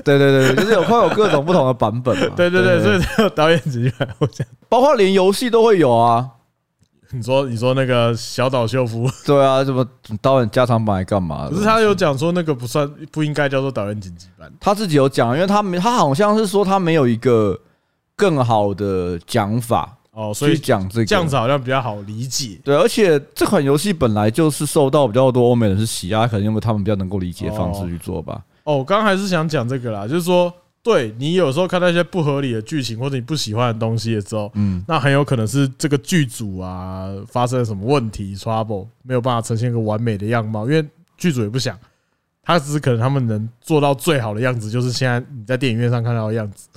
Speaker 1: 对对对，对就是有会有各种不同的版本嘛，
Speaker 2: 对对对，所以才有导演剪辑版。我想
Speaker 1: 包括连游戏都会有啊，
Speaker 2: 你说你说那个小岛秀夫，
Speaker 1: 对啊，什么导演加长版来干嘛的？
Speaker 2: 可是他有讲说那个不算不应该叫做导演剪辑版。
Speaker 1: 他自己有讲，因为他没，他好像是说他没有一个更好的讲法
Speaker 2: 哦，所
Speaker 1: 去
Speaker 2: 以
Speaker 1: 讲这个。
Speaker 2: 这样子好像比较好理解。
Speaker 1: 对，而且这款游戏本来就是受到比较多欧美人士喜啊爱，可能因为他们比较能够理解的方式去做吧。
Speaker 2: 哦，我刚刚还是想讲这个啦，就是说，对你有时候看到一些不合理的剧情或者你不喜欢的东西的时候，
Speaker 1: 嗯，
Speaker 2: 那很有可能是这个剧组啊发生了什么问题 trouble，没有办法呈现一个完美的样貌，因为剧组也不想，他只是可能他们能做到最好的样子，就是现在你在电影院上看到的样子。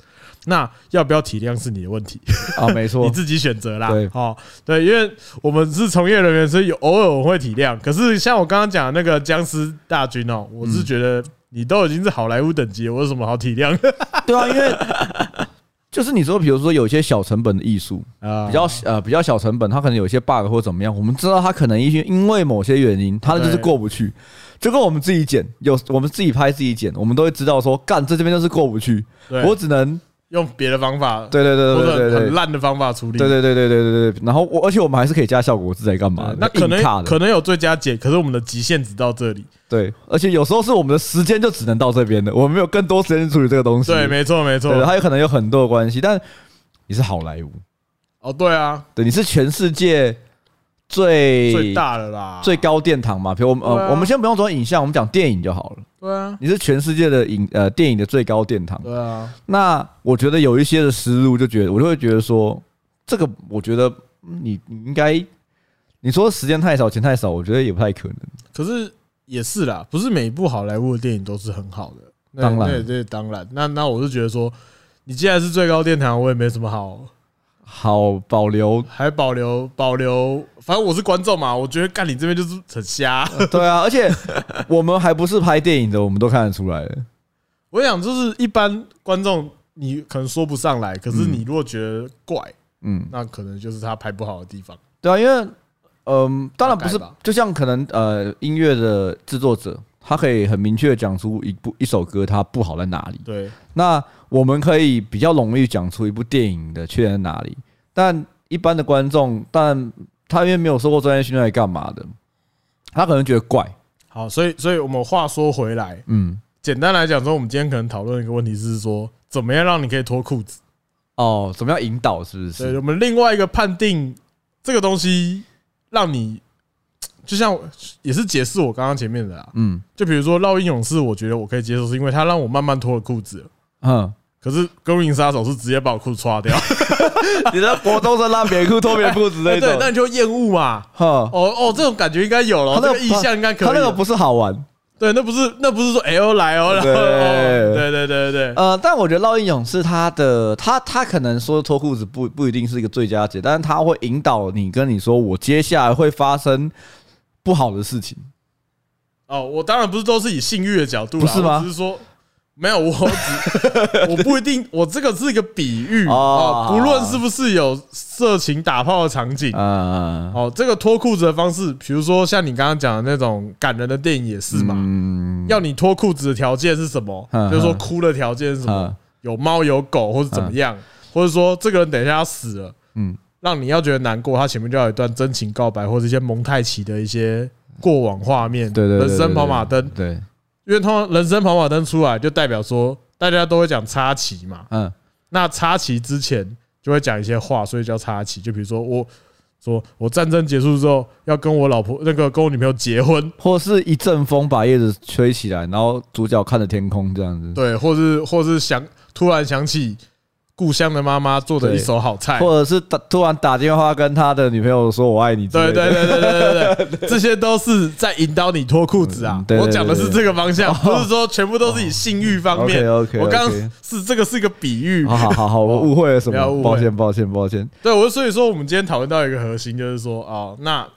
Speaker 2: 那要不要体谅是你的 问题，
Speaker 1: 啊，没
Speaker 2: 你
Speaker 1: 错，
Speaker 2: 自己选择啦。
Speaker 1: 对
Speaker 2: 好，对，因为我们是从业人员，所以有偶尔我会体谅。可是像我刚刚讲的那个僵尸大军哦，我是觉得你都已经是好莱坞等级了，我有什么好体谅的
Speaker 1: 对啊，因为就是你说，比如说有一些小成本的艺术，
Speaker 2: 啊
Speaker 1: 比较呃比较小成本，它可能有一些 bug 或怎么样，我们知道它可能一些因为某些原因，它就是
Speaker 2: 对
Speaker 1: 过不去。就跟我们自己剪，有我们自己拍自己剪，我们都会知道说，干这这边就是过不去，
Speaker 2: 对
Speaker 1: 我只能
Speaker 2: 用别的方法，
Speaker 1: 对对对
Speaker 2: 或
Speaker 1: 对对对
Speaker 2: 者
Speaker 1: 对
Speaker 2: 很烂的方法处理。
Speaker 1: 对对对对对对对，然后我而且我们还是可以加效果字来干嘛的？
Speaker 2: 那可
Speaker 1: 硬卡的
Speaker 2: 能可能有最佳解，可是我们的极限只到这里。
Speaker 1: 对，而且有时候是我们的时间就只能到这边的，我们没有更多时间处理这个东西。
Speaker 2: 对，没错，没错
Speaker 1: 对。它有可能有很多的关系，但你是好莱坞，
Speaker 2: 哦，对啊，
Speaker 1: 对，你是全世界最
Speaker 2: 最大的啦，
Speaker 1: 最高殿堂嘛？比如我们、
Speaker 2: 对啊
Speaker 1: 呃，我们先不用说影像，我们讲电影就好了。
Speaker 2: 对啊，
Speaker 1: 你是全世界的影呃电影的最高殿堂，
Speaker 2: 对啊，
Speaker 1: 那我觉得有一些的思路，就觉得我就会觉得说，这个我觉得嗯你你应该，你说时间太少，钱太少，我觉得也不太可能。
Speaker 2: 可是也是啦，不是每一部好莱坞的电影都是很好的。那
Speaker 1: 当然
Speaker 2: 那对，当然。那那我是觉得说，你既然是最高殿堂，我也没什么好。
Speaker 1: 好，保留
Speaker 2: 还保留保留。反正我是观众嘛，我觉得干你这边就是很瞎。
Speaker 1: 对啊，而且我们还不是拍电影的，我们都看得出来了。
Speaker 2: 我想就是一般观众，你可能说不上来，可是你如果觉得怪，
Speaker 1: 嗯，
Speaker 2: 那可能就是他拍不好的地方。
Speaker 1: 对啊，因为嗯，当然不是
Speaker 2: 大概吧，
Speaker 1: 就像可能呃，音乐的制作者，他可以很明确地讲出一部一首歌它不好在哪里。
Speaker 2: 对，
Speaker 1: 那我们可以比较容易讲出一部电影的缺点在哪里，但一般的观众，但他因为没有受过专业训练，干嘛的？他可能觉得怪，
Speaker 2: 好，所以所以我们话说回来，
Speaker 1: 嗯，
Speaker 2: 简单来讲说，我们今天可能讨论一个问题是说，怎么样让你可以脱裤子？
Speaker 1: 哦，怎么样引导是不
Speaker 2: 对
Speaker 1: 是？
Speaker 2: 我们另外一个判定这个东西，让你就像也是解释我刚刚前面的啦，
Speaker 1: 嗯
Speaker 2: 就比如说烙印勇士，我觉得我可以接受，是因为他让我慢慢脱了裤子了。
Speaker 1: 哼，
Speaker 2: 可是《勾引杀手》是直接把我裤 穿掉，
Speaker 1: 你的国中生拉棉裤脱棉裤之类
Speaker 2: 对 对，那
Speaker 1: 的，
Speaker 2: 你就厌恶嘛。
Speaker 1: 哼，
Speaker 2: 哦哦，这种感觉应该有了，
Speaker 1: 他
Speaker 2: 这
Speaker 1: 那
Speaker 2: 个意向应该可以啊
Speaker 1: 他
Speaker 2: 了。
Speaker 1: 那个不是好玩，
Speaker 2: 对，那不是那不是说哎呦来哦，然后
Speaker 1: 对
Speaker 2: 哦对对对对对，
Speaker 1: 呃，但我觉得烙印勇士他的他他可能说脱裤子不不一定是一个最佳解，但是他会引导你跟你说，我接下来会发生不好的事情。
Speaker 2: 哦，我当然不是都是以性欲的角度啦，
Speaker 1: 不是吗
Speaker 2: 我只是说没有，我只我不一定，我这个是一个比 喻
Speaker 1: 哦
Speaker 2: 哦，不论是不是有色情打炮的场景。
Speaker 1: 呃，
Speaker 2: 哦，这个脱裤子的方式，比如说像你刚刚讲的那种感人的电影也是嘛，
Speaker 1: 嗯，
Speaker 2: 要你脱裤子的条件是什么？
Speaker 1: 嗯
Speaker 2: 就是说
Speaker 1: 嗯
Speaker 2: 哭的条件是什么
Speaker 1: 嗯？
Speaker 2: 有猫有狗，或者怎么样，或者说这个人等一下要死了，
Speaker 1: 嗯
Speaker 2: 嗯，让你要觉得难过，他前面就要有一段真情告白，或者一些蒙太奇的一些过往画面，
Speaker 1: 对对对
Speaker 2: 人生跑马灯，
Speaker 1: 对，
Speaker 2: 因为通常人生跑马灯出来，就代表说大家都会讲插旗嘛，
Speaker 1: 嗯，
Speaker 2: 那插旗之前就会讲一些话，所以叫插旗，就比如说我。说我战争结束之后要跟我老婆那个跟我女朋友结婚，
Speaker 1: 或是一阵风把叶子吹起来，然后主角看着天空这样子。
Speaker 2: 对，或是或是想突然想起故乡的妈妈做的一手好菜，
Speaker 1: 或者是打突然打电话跟他的女朋友说“我爱你”之类
Speaker 2: 对
Speaker 1: 的。
Speaker 2: 对对对对对 对，这些都是在引导你脱裤子啊
Speaker 1: 嗯！对对哦
Speaker 2: 我讲的是这个方向，不是说全部都是以性欲方面。
Speaker 1: OK，OK，OK 哦
Speaker 2: 我刚刚是这个是一个比喻
Speaker 1: 好，好好 好，我误会了什
Speaker 2: 不要误
Speaker 1: 么？抱
Speaker 2: 会
Speaker 1: 歉，抱歉，抱歉。
Speaker 2: 对我所以说我们今天讨论到一个核心，就是说哦，那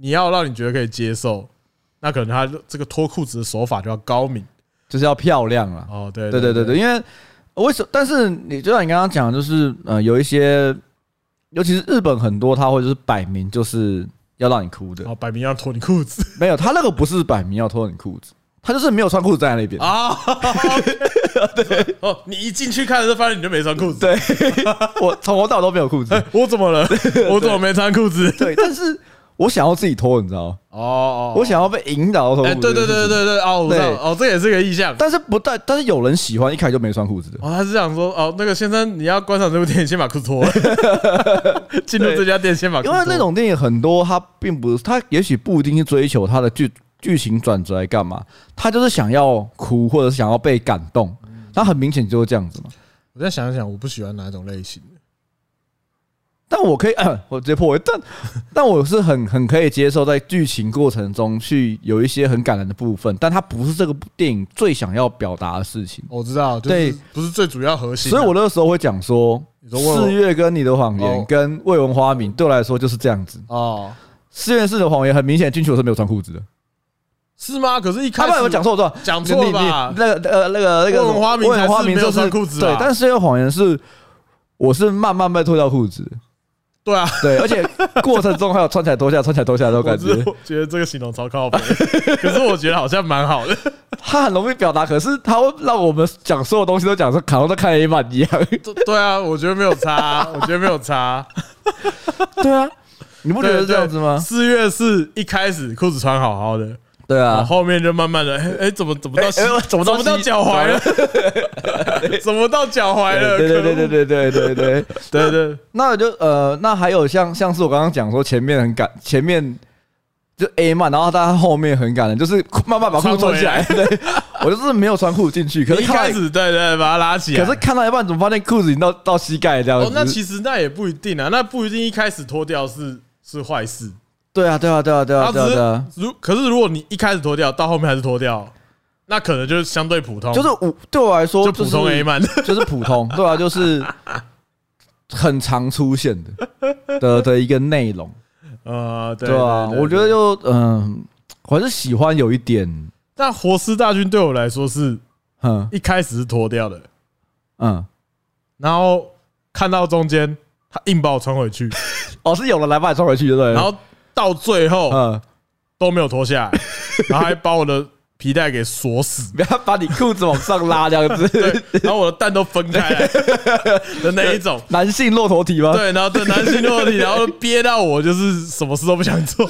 Speaker 2: 你要让你觉得可以接受，那可能他这个脱裤子的手法就要高明
Speaker 1: 就是要漂亮啦。
Speaker 2: 哦。对
Speaker 1: 对对对对，因为为什？但是你就像你刚刚讲的，就是呃，有一些，尤其是日本很多，他会就是摆明就是要让你哭的。
Speaker 2: 哦，摆明要脱你裤子
Speaker 1: 没有，他那个不是摆明要脱你裤子，他就是没有穿裤子站在那边。
Speaker 2: 啊！对哦，你一进去看的时候，发现你就没穿裤子。
Speaker 1: 对，我从头到尾都没有裤子。
Speaker 2: 我怎么了？我怎么没穿裤子？
Speaker 1: 对，但是我想要自己脱，你知道吗？
Speaker 2: 哦哦，
Speaker 1: 我想要被引导脱裤
Speaker 2: 哎，
Speaker 1: 子。
Speaker 2: 对对对对。对，哦，我知道，哦，这也是个意向。
Speaker 1: 但是不但但是有人喜欢一开始就没穿裤子的，
Speaker 2: 哦，他是想说，哦，那个先生，你要观赏这部电影，先把裤子 脱了。进入这家店，先把裤
Speaker 1: 因为
Speaker 2: 脱了
Speaker 1: 那种电影很多，它并不是，它也许不一定是追求它的剧剧情转折来干嘛，它就是想要哭或者是想要被感动，
Speaker 2: 嗯
Speaker 1: 那很明显就是这样子嘛。
Speaker 2: 我再想一想，我不喜欢哪一种类型。
Speaker 1: 但我可以， 我直接破位， 但但我是很很可以接受在剧情过程中去有一些很感人的部分，但它不是这个电影最想要表达的事情。
Speaker 2: 我知道，就是
Speaker 1: 对
Speaker 2: 不是最主要核心啊。
Speaker 1: 所以我那时候会讲说，
Speaker 2: 你说我
Speaker 1: 四月跟你的谎
Speaker 2: 哦
Speaker 1: 言跟未闻花名对我来说就是这样子。
Speaker 2: 哦，
Speaker 1: 四月四的谎言很明显，进去我是没有穿裤子的。
Speaker 2: 是吗？可是一
Speaker 1: 他
Speaker 2: 开
Speaker 1: 们
Speaker 2: 始
Speaker 1: 有讲错，我错，
Speaker 2: 讲错了吧
Speaker 1: 你你那个呃那个那个
Speaker 2: 问文花名
Speaker 1: 问
Speaker 2: 才是
Speaker 1: 文花名
Speaker 2: 没有
Speaker 1: 就
Speaker 2: 穿裤子吧啊
Speaker 1: 对，但是这个谎言是我是慢慢被脱掉裤子，
Speaker 2: 对啊，
Speaker 1: 对，而且过程中还有穿起来脱下、穿起来脱下的
Speaker 2: 我
Speaker 1: 感
Speaker 2: 只是
Speaker 1: 觉，
Speaker 2: 觉得这个形容超靠谱，可是我觉得好像蛮好的。
Speaker 1: 他很容易表达，可是他会让我们讲所有东西都讲说卡通在看 A 漫一样，
Speaker 2: 对啊，我觉得没有差啊，我觉得没有差。
Speaker 1: 对啊， 你 不觉得是这样子吗？
Speaker 2: 四月是一开始裤子穿好好的，
Speaker 1: 对
Speaker 2: 啊，
Speaker 1: 啊，
Speaker 2: 后面就慢慢的，哎、哎怎么怎么到膝、
Speaker 1: 哎哎
Speaker 2: 怎
Speaker 1: 怎
Speaker 2: 么
Speaker 1: 么
Speaker 2: 到
Speaker 1: 到膝
Speaker 2: 脚踝了？ 怎么到脚踝了？
Speaker 1: 对对
Speaker 2: 可恶
Speaker 1: 对对对对对对对，
Speaker 2: 对对
Speaker 1: 那我就呃，那还有像像是我刚刚讲说前面很感，前面就 A 漫，然后大家后面很感人，就是 慢慢把裤子穿起来。对， 我就是没有穿裤子进去，可
Speaker 2: 对，
Speaker 1: 是
Speaker 2: 一
Speaker 1: 看到
Speaker 2: 开始对对把它拉起来。
Speaker 1: 可是看到一半，怎么发现裤子已经到到膝盖这样子？
Speaker 2: 哦，那其实那也不一定啊，那不一定一开始脱掉是是坏事。
Speaker 1: 对啊，对啊，对啊，对啊，
Speaker 2: 他
Speaker 1: 对啊，对啊，
Speaker 2: 只是如可是如果你一开始脱掉，到后面还是脱掉，那可能就是相对普通，
Speaker 1: 就是我对我来说
Speaker 2: 就普通 A
Speaker 1: 漫，
Speaker 2: 漫。
Speaker 1: 就是普通，对啊，就是很常出现的的的一个内容，
Speaker 2: 呃， 对
Speaker 1: 对啊，我觉得，
Speaker 2: 对对
Speaker 1: 就嗯，我还是喜欢有一点，
Speaker 2: 但活尸大军对我来说是
Speaker 1: 嗯
Speaker 2: 一开始是脱掉的，
Speaker 1: 嗯，
Speaker 2: 然后看到中间他硬把我穿回去，
Speaker 1: 哦，是有人来把你穿回去，对不对？
Speaker 2: 然后到最后
Speaker 1: 嗯。
Speaker 2: 都没有脱 下来，然后还把我的皮带给锁死，
Speaker 1: 不要把你裤子往上拉这样
Speaker 2: 对
Speaker 1: 子。，
Speaker 2: 然后我的蛋都分开来的那一种。
Speaker 1: 男性骆驼体吗？
Speaker 2: 对，然后对男性落体，然后憋到我就是什么事都不想 做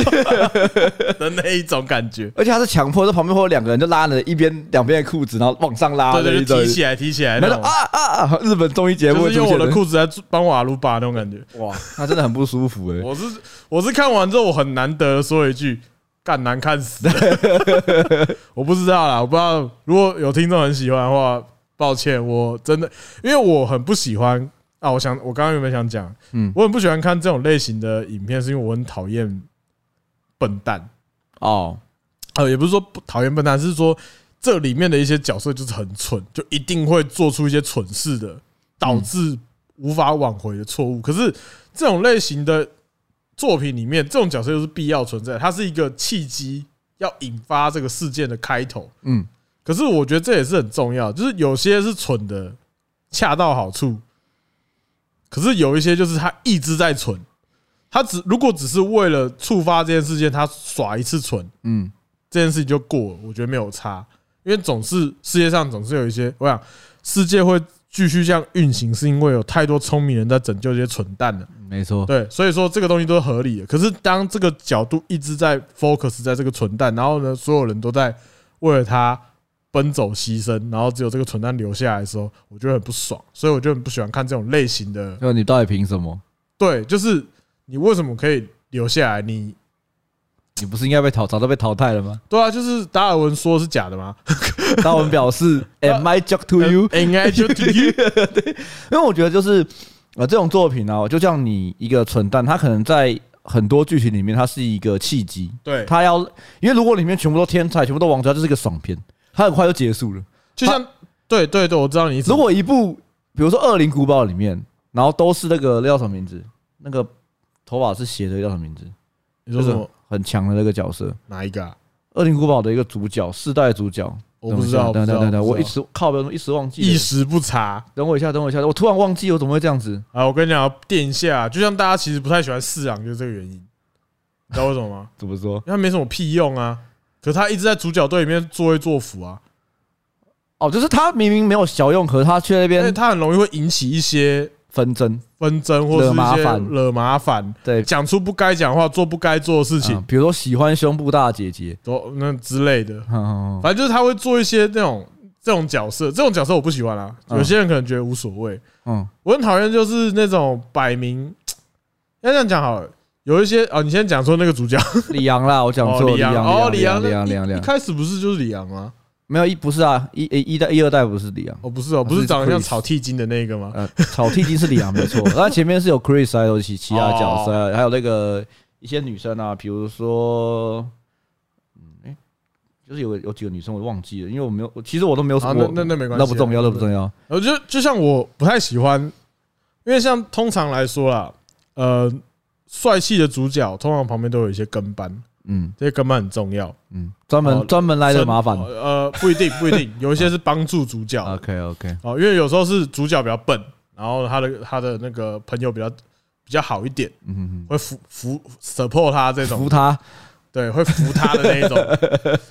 Speaker 2: 的那一种感觉。
Speaker 1: 而且他是强迫，这旁边会有两个人就拉着一边两边的裤子，然后往上拉
Speaker 2: 对对，
Speaker 1: 啊一
Speaker 2: 就
Speaker 1: 种
Speaker 2: 提。起来，提起来
Speaker 1: 然
Speaker 2: 那
Speaker 1: 后就
Speaker 2: 种，
Speaker 1: 啊啊啊！日本综艺节目会
Speaker 2: 就是
Speaker 1: 出
Speaker 2: 用我
Speaker 1: 现
Speaker 2: 的裤子来帮我阿鲁巴那种感觉。
Speaker 1: 哇，那真的很不舒服 哎。
Speaker 2: 我是我是看完之后，我很难得地说一句。干难看死了！ 我不知道啦，我不知道。如果有听众很喜欢的话，抱歉，我真的因为我很不喜欢啊。我想，我刚刚原本想讲，嗯
Speaker 1: 嗯，
Speaker 2: 我很不喜欢看这种类型的影片，是因为我很讨厌笨蛋。
Speaker 1: 哦，
Speaker 2: 呃，也不是说不讨厌笨蛋，是说这里面的一些角色就是很蠢，就一定会做出一些蠢事的，导致无法挽回的错误。可是这种类型的作品里面，这种角色又是必要存在，它是一个契机，要引发这个事件的开头。
Speaker 1: 嗯，
Speaker 2: 可是我觉得这也是很重要，就是有些是蠢的恰到好处，可是有一些就是他一直在蠢，他只如果只是为了触发这件事件，他耍一次蠢，
Speaker 1: 嗯，
Speaker 2: 这件事情就过了，我觉得没有差，因为总是世界上总是有一些，我想世界会继续这样运行，是因为有太多聪明人在拯救这些蠢蛋了。
Speaker 1: 没错，
Speaker 2: 对，所以说这个东西都是合理的。可是当这个角度一直在 focus 在这个蠢蛋，然后呢，所有人都在为了他奔走牺牲，然后只有这个蠢蛋留下来的时候，我觉得很不爽，所以我就很不喜欢看这种类型的。
Speaker 1: 就你到底凭什么？
Speaker 2: 对，就是你为什么可以留下来？你
Speaker 1: 你不是应该被淘早都被淘汰了吗？
Speaker 2: 对啊，就是达尔文说是假的吗
Speaker 1: 达文表 示，Am I joke to you？
Speaker 2: ？N I 哎就 D U，
Speaker 1: 因为我觉得就是呃这种作品啊，就像你一个蠢蛋，他可能在很多剧情里面，它是一个契机，
Speaker 2: 对，
Speaker 1: 他要因为如果里面全部都天才，全部都王者，它就是一个爽片，它很快就结束了。
Speaker 2: 就像对对对，我知道你意思。
Speaker 1: 如果一部比如说《恶灵古堡》里面，然后都是那个那叫什么名字？那个头发是斜的叫什么名字？
Speaker 2: 你
Speaker 1: 就
Speaker 2: 说
Speaker 1: 是
Speaker 2: 什么
Speaker 1: 很强的那个角色，《
Speaker 2: 哪一个啊？
Speaker 1: 恶灵古堡》的一个主角，世代主角。
Speaker 2: 我不知道，我不
Speaker 1: 等
Speaker 2: 知
Speaker 1: 等
Speaker 2: 道，
Speaker 1: 等等，
Speaker 2: 不
Speaker 1: 我
Speaker 2: 知
Speaker 1: 一
Speaker 2: 道
Speaker 1: 时靠不了，一时忘记
Speaker 2: 一
Speaker 1: 了。
Speaker 2: 时不察
Speaker 1: 等我一下，等我一下，我突然忘记我怎么会这样子。
Speaker 2: 啊！我跟你讲，殿下，就像大家其实不太喜欢四郎，就是这个原因，你知道为什 么吗？
Speaker 1: 怎么说？
Speaker 2: 因为他没什么屁用啊，可是他一直在主角队里面作威作福啊，
Speaker 1: 哦，就是他明明没有小用，可是他却在那
Speaker 2: 因为
Speaker 1: 边
Speaker 2: 他哎很容易会引起一些
Speaker 1: 纷争。
Speaker 2: 纷争或是
Speaker 1: 惹
Speaker 2: 一
Speaker 1: 麻
Speaker 2: 些
Speaker 1: 烦
Speaker 2: 惹麻烦，
Speaker 1: 对，
Speaker 2: 讲出不该讲话，做不该做的事
Speaker 1: 啊
Speaker 2: 情，
Speaker 1: 比如说喜欢胸部大的姐姐，
Speaker 2: 都那之类的。
Speaker 1: 嗯，
Speaker 2: 反正就是他会做一些那种这种角色，这种角色我不喜欢啊。
Speaker 1: 嗯
Speaker 2: 有些人可能觉得无所谓，
Speaker 1: 嗯
Speaker 2: 我很讨厌就是那种摆明要这样讲好了。有一些哦，你先讲说那个主角
Speaker 1: 李阳啦，我讲
Speaker 2: 哦，
Speaker 1: 错，
Speaker 2: 李阳哦，
Speaker 1: 李
Speaker 2: 李阳，
Speaker 1: 李阳，李
Speaker 2: 那
Speaker 1: 阳，李
Speaker 2: 一一
Speaker 1: 阳，
Speaker 2: 开始不是就是李阳吗？
Speaker 1: 没有一不是啊，一一一代一二代不是李阳，
Speaker 2: 哦，不是哦，
Speaker 1: 他
Speaker 2: 不是
Speaker 1: 啊是
Speaker 2: 长得像
Speaker 1: Chris
Speaker 2: 草剃金的那个吗？
Speaker 1: 呃，草剃金是李阳没 错，那前面是有 Chris 还有其其他角
Speaker 2: 哦
Speaker 1: 色，还有那个一些女生啊，比如说，嗯，哎，就是有个有几个女生我忘记了，因为我没有，我其实我都没有什
Speaker 2: 啊，
Speaker 1: 么
Speaker 2: 那，那那没关系
Speaker 1: 那
Speaker 2: 啊，
Speaker 1: 不重要，那不重要，
Speaker 2: 我哦就就像我不太喜欢，因为像通常来说啦，呃，帅气的主角通常旁边都有一些跟班，
Speaker 1: 嗯
Speaker 2: 这些跟班很重要。
Speaker 1: 嗯，专
Speaker 2: 哦
Speaker 1: 门专门来的麻烦啊
Speaker 2: 呃，不一定，不一定，有一些是帮助主角哦，
Speaker 1: ，OK OK，
Speaker 2: 因为有时候是主角比较笨，然后他的他的那个朋友比较比较好一点，
Speaker 1: 嗯，
Speaker 2: 会扶扶 support 他这
Speaker 1: 嗯
Speaker 2: 种
Speaker 1: 扶，他，
Speaker 2: 对，会扶他的 那一种。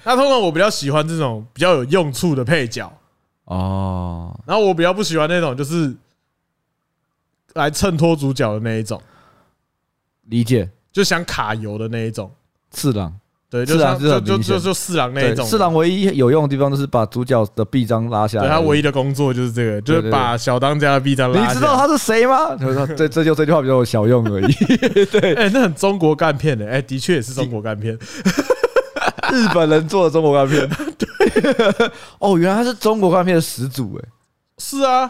Speaker 2: 那通常我比较喜欢这种比较有用处的配角，
Speaker 1: 哦，
Speaker 2: 然后我比较不喜欢那种就是来衬托主角的那一种，
Speaker 1: 理解，
Speaker 2: 就想卡油的那一种。
Speaker 1: 次郎。
Speaker 2: 对，就
Speaker 1: 四郎
Speaker 2: 像
Speaker 1: 这种
Speaker 2: 就就
Speaker 1: 啊明
Speaker 2: 就
Speaker 1: 显
Speaker 2: 就四郎那一
Speaker 1: 对，
Speaker 2: 种。
Speaker 1: 四，郎唯一有用的地方就是把主角的臂章拉下
Speaker 2: 对
Speaker 1: 来。
Speaker 2: 他唯一的工作就是这个，就
Speaker 1: 对
Speaker 2: 是把小当家的臂章
Speaker 1: 你
Speaker 2: 拉。
Speaker 1: 知道？他是谁吗？他说这这就这句话比较有小用而 已。
Speaker 2: 哎，那很中国干片的，哎，的确也是中国干片。
Speaker 1: 日本人做的中国干片，哦，原来他是中国干片的始祖哎。
Speaker 2: 是啊，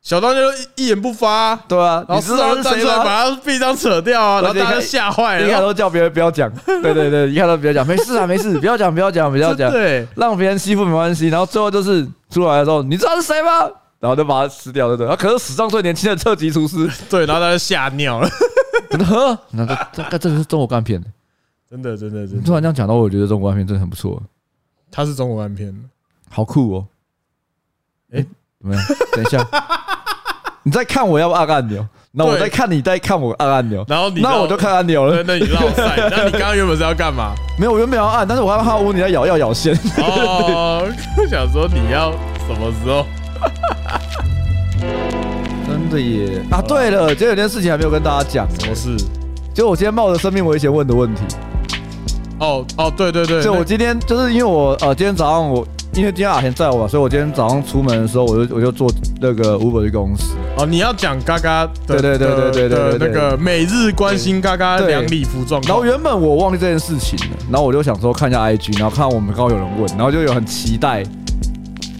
Speaker 2: 小当家就一一言不发啊，
Speaker 1: 对啊，
Speaker 2: 然
Speaker 1: 你
Speaker 2: 后
Speaker 1: 知
Speaker 2: 四
Speaker 1: 道
Speaker 2: 郎
Speaker 1: 是
Speaker 2: 就站
Speaker 1: 谁
Speaker 2: 出来
Speaker 1: 吗？
Speaker 2: 把他臂章扯掉啊，然后
Speaker 1: 而且
Speaker 2: 大家
Speaker 1: 一
Speaker 2: 都
Speaker 1: 看
Speaker 2: 吓坏了。
Speaker 1: 一
Speaker 2: 然
Speaker 1: 看
Speaker 2: 后
Speaker 1: 都叫别人不要讲，对对对，一看都不要讲，没事啊，没事，不要讲，不要讲，不要
Speaker 2: 真
Speaker 1: 讲
Speaker 2: 的，欸
Speaker 1: 让别人欺负没关系。然后最后就是出来的时候，你知道是谁吗？然后就把他吃掉，对不对？啊他可是史上最年轻的特级厨 师，
Speaker 2: 对，然后大家就吓尿了。
Speaker 1: 呵，那这这这这个是中国干片。
Speaker 2: 真的，真的，真
Speaker 1: 你
Speaker 2: 的
Speaker 1: 突，然这样讲到，我觉得中国干片真的很不错。
Speaker 2: 他是中国干片。
Speaker 1: 好酷哦！哎、
Speaker 2: 诶
Speaker 1: 怎么样？等一 下，你在看我要不按按钮，那我
Speaker 2: 对
Speaker 1: 在看你在看我按按钮，
Speaker 2: 然后你知道
Speaker 1: 那我就看按钮了。
Speaker 2: 对，呃那你绕赛，那你刚刚原本是要干嘛？
Speaker 1: 没有，我原本要按，但是我害怕我你在咬要咬 线。
Speaker 2: 哦，我想说你要什么时候？
Speaker 1: 真的耶！啊，对了，今天有件事情还没有跟大家讲，
Speaker 2: 什么事？
Speaker 1: 就我今天冒着生命危险问的问题。
Speaker 2: 哦哦，对对对，
Speaker 1: 就我
Speaker 2: 那
Speaker 1: 今天就是因为我呃，今天早上我因为今天阿贤在我嘛，所以我今天早上出门的时候，我就我就坐那个 Uber 去公司。
Speaker 2: 哦，你要讲嘎嘎的，
Speaker 1: 对对对对对对
Speaker 2: 的
Speaker 1: 对对
Speaker 2: 那个每日关心嘎嘎
Speaker 1: 对
Speaker 2: 两礼服状
Speaker 1: 然后
Speaker 2: 况。
Speaker 1: 原本我忘记这件事情了，然后我就想说看一下 IG，然后看我们刚好有人问，然后就有很期待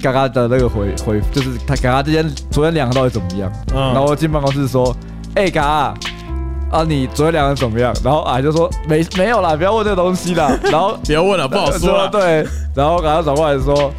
Speaker 1: 嘎嘎的那个回回，就是他嘎嘎之间昨天两个到底怎么样？然后
Speaker 2: 嗯，
Speaker 1: 我进办公室说，哎、嘎啊啊，你昨天两个怎么样？然后啊就说没没有啦，不要问这个东西啦。然后
Speaker 2: 呃不要问了，不好说了。
Speaker 1: 对，然后嘎嘎转过来说，